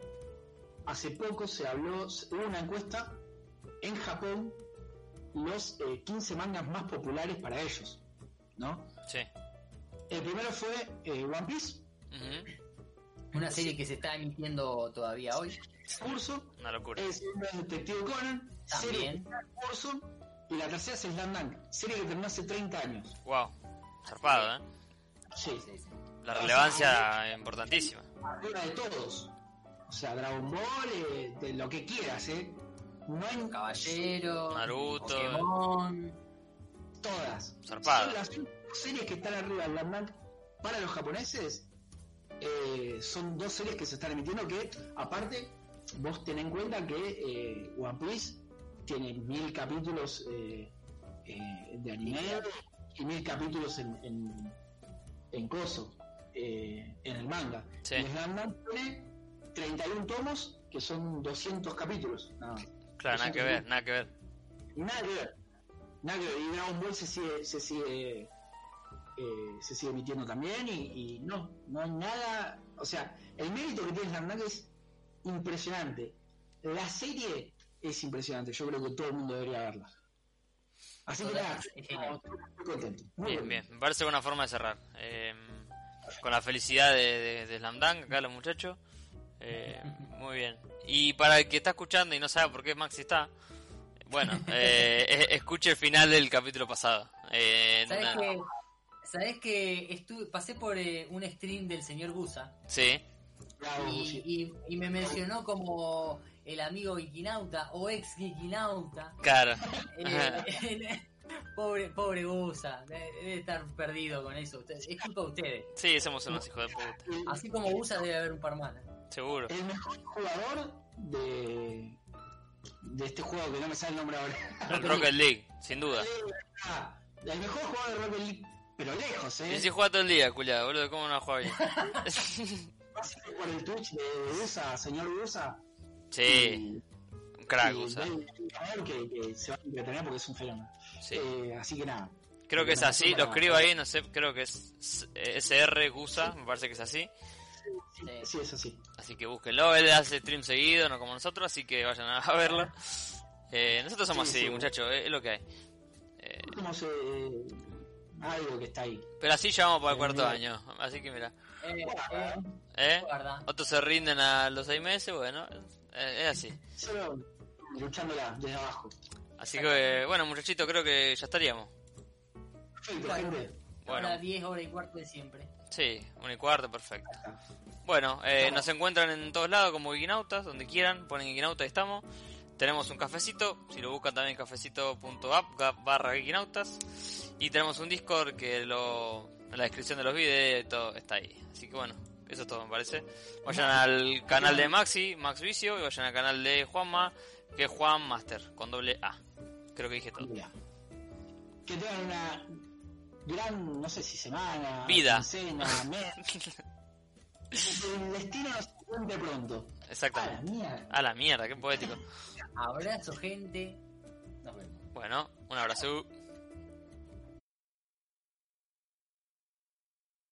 Speaker 2: hace poco se habló, hubo una encuesta en Japón, los eh, 15 mangas más populares para ellos, ¿no?
Speaker 1: Sí.
Speaker 2: El primero fue eh, One Piece,
Speaker 1: Ujú,
Speaker 4: Una serie que se está emitiendo todavía hoy.
Speaker 2: curso.
Speaker 1: Una locura.
Speaker 2: El segundo es Detective Conan, serie
Speaker 4: También.
Speaker 2: que está en curso. Y la tercera es Slam Dunk, serie que terminó hace 30 años.
Speaker 1: Wow. Zarpado, ¿eh?
Speaker 2: Sí,
Speaker 4: Sí, sí.
Speaker 1: La relevancia importantísima.
Speaker 2: arriba de todos. O sea, Dragon Ball, eh, de lo que quieras, ¿eh? No hay
Speaker 4: Caballero.
Speaker 1: Naruto.
Speaker 4: Pokémon.
Speaker 2: todas.
Speaker 1: Zarpado.
Speaker 2: Son las únicas series que están arriba de Slam Dunk para los japoneses. eh, son dos series que se están emitiendo que, aparte, vos ten en cuenta que eh, One Piece tiene mil capítulos eh, eh, de anime y mil capítulos en, en, en coso, eh, en el manga.
Speaker 1: Sí.
Speaker 2: Y Slam Dunk tiene 31 tomos que son 200 capítulos. nada más.
Speaker 1: Claro, nada que ver, nada que ver.
Speaker 2: Nada que ver. Nada que ver. Y Dragon Ball se sigue, se sigue, eh, se sigue emitiendo también y, y no, no hay nada. O sea, el mérito que tiene Slam Dunk es impresionante. La serie es impresionante. Yo creo que todo el mundo debería verla. Así que
Speaker 4: Todas
Speaker 2: nada,
Speaker 4: las- es genial.
Speaker 2: muy contento. Muy
Speaker 1: Bien,
Speaker 2: contento.
Speaker 1: bien. Me parece una forma de cerrar. Eh, con la felicidad de, de, de Slam Dunk, acá los muchachos. Eh, muy bien. Y para el que está escuchando y no sabe por qué Maxi está, bueno, eh, e- escuche el final del capítulo pasado. Eh,
Speaker 4: ¿Sabes
Speaker 1: na-
Speaker 4: que, ¿sabés que estuve, pasé por eh, un stream del señor Gusa
Speaker 1: Sí,
Speaker 2: Bravo,
Speaker 4: y,
Speaker 2: Gusi.
Speaker 4: y- y me mencionó como el amigo Geekinauta o ex Geekinauta.
Speaker 1: claro.
Speaker 4: Eh, pobre, pobre Gusa, de- debe estar perdido con eso. Ustedes- Es culpa de ustedes.
Speaker 1: Sí, somos unos hijos de puta.
Speaker 4: Así como Gusa debe haber un par más. ¿eh?
Speaker 1: Seguro.
Speaker 2: El mejor jugador de, de este juego que no me sale el nombre ahora.
Speaker 1: El Rocket League, sin duda.
Speaker 2: Ah, el mejor jugador de Rocket League, pero lejos, ¿eh?
Speaker 1: Y si juega todo el día, culiado, boludo, ¿cómo no juega bien?
Speaker 2: Pásate por el Twitch de USA, señor USA.
Speaker 1: Sí, un crack, o sea.
Speaker 2: que, que se va a entretener porque es un fenómeno.
Speaker 1: Sí.
Speaker 2: Eh, así que nada.
Speaker 1: Creo que es así, lo escribo ahí, no sé, creo que es S- eh, SR Gusa, me parece que es así.
Speaker 2: Sí, sí, es así.
Speaker 1: Así que búsquenlo, él hace stream seguido, no como nosotros, así que vayan a verlo. Eh, nosotros somos
Speaker 2: Sí,
Speaker 1: así,
Speaker 2: sí.
Speaker 1: muchachos, eh, es lo que hay. Eh,
Speaker 2: Tenemos eh, algo que está ahí.
Speaker 1: pero así ya vamos para el
Speaker 2: Sí,
Speaker 1: cuarto
Speaker 2: mira.
Speaker 1: año, así que mira.
Speaker 4: Eh, eh,
Speaker 1: ¿Eh?
Speaker 4: guarda.
Speaker 1: Otros se rinden a los seis meses, bueno, eh, es así.
Speaker 2: Solo luchándola desde abajo.
Speaker 1: Así que, eh, bueno, muchachito, creo que ya estaríamos.
Speaker 2: Perfecto,
Speaker 4: Claro.
Speaker 2: gente.
Speaker 1: Bueno.
Speaker 4: Ahora 10 horas y cuarto de siempre.
Speaker 1: Sí, un y cuarto, perfecto. Bueno, eh, nos encuentran en todos lados como Guinautas, donde quieran, ponen Guinautas y estamos. Tenemos un cafecito, si lo buscan también cafecito.app ga- barra Guinautas. Y tenemos un Discord que lo, en la descripción de los videos y todo está ahí. Así que bueno, eso es todo me parece. Vayan al canal de Maxi, Max Vicio, y vayan al canal de Juanma, que es Juan Master, con doble A. Creo que dije todo.
Speaker 2: Mira. Que tengan una gran, no sé si semana,
Speaker 1: Vida.
Speaker 2: quincena, mes. Que el destino nos encuentre pronto. A la
Speaker 1: Exactamente.
Speaker 2: mierda.
Speaker 1: A la mierda, qué poético.
Speaker 4: Abrazo, gente. Nos vemos.
Speaker 1: Bueno, un abrazo.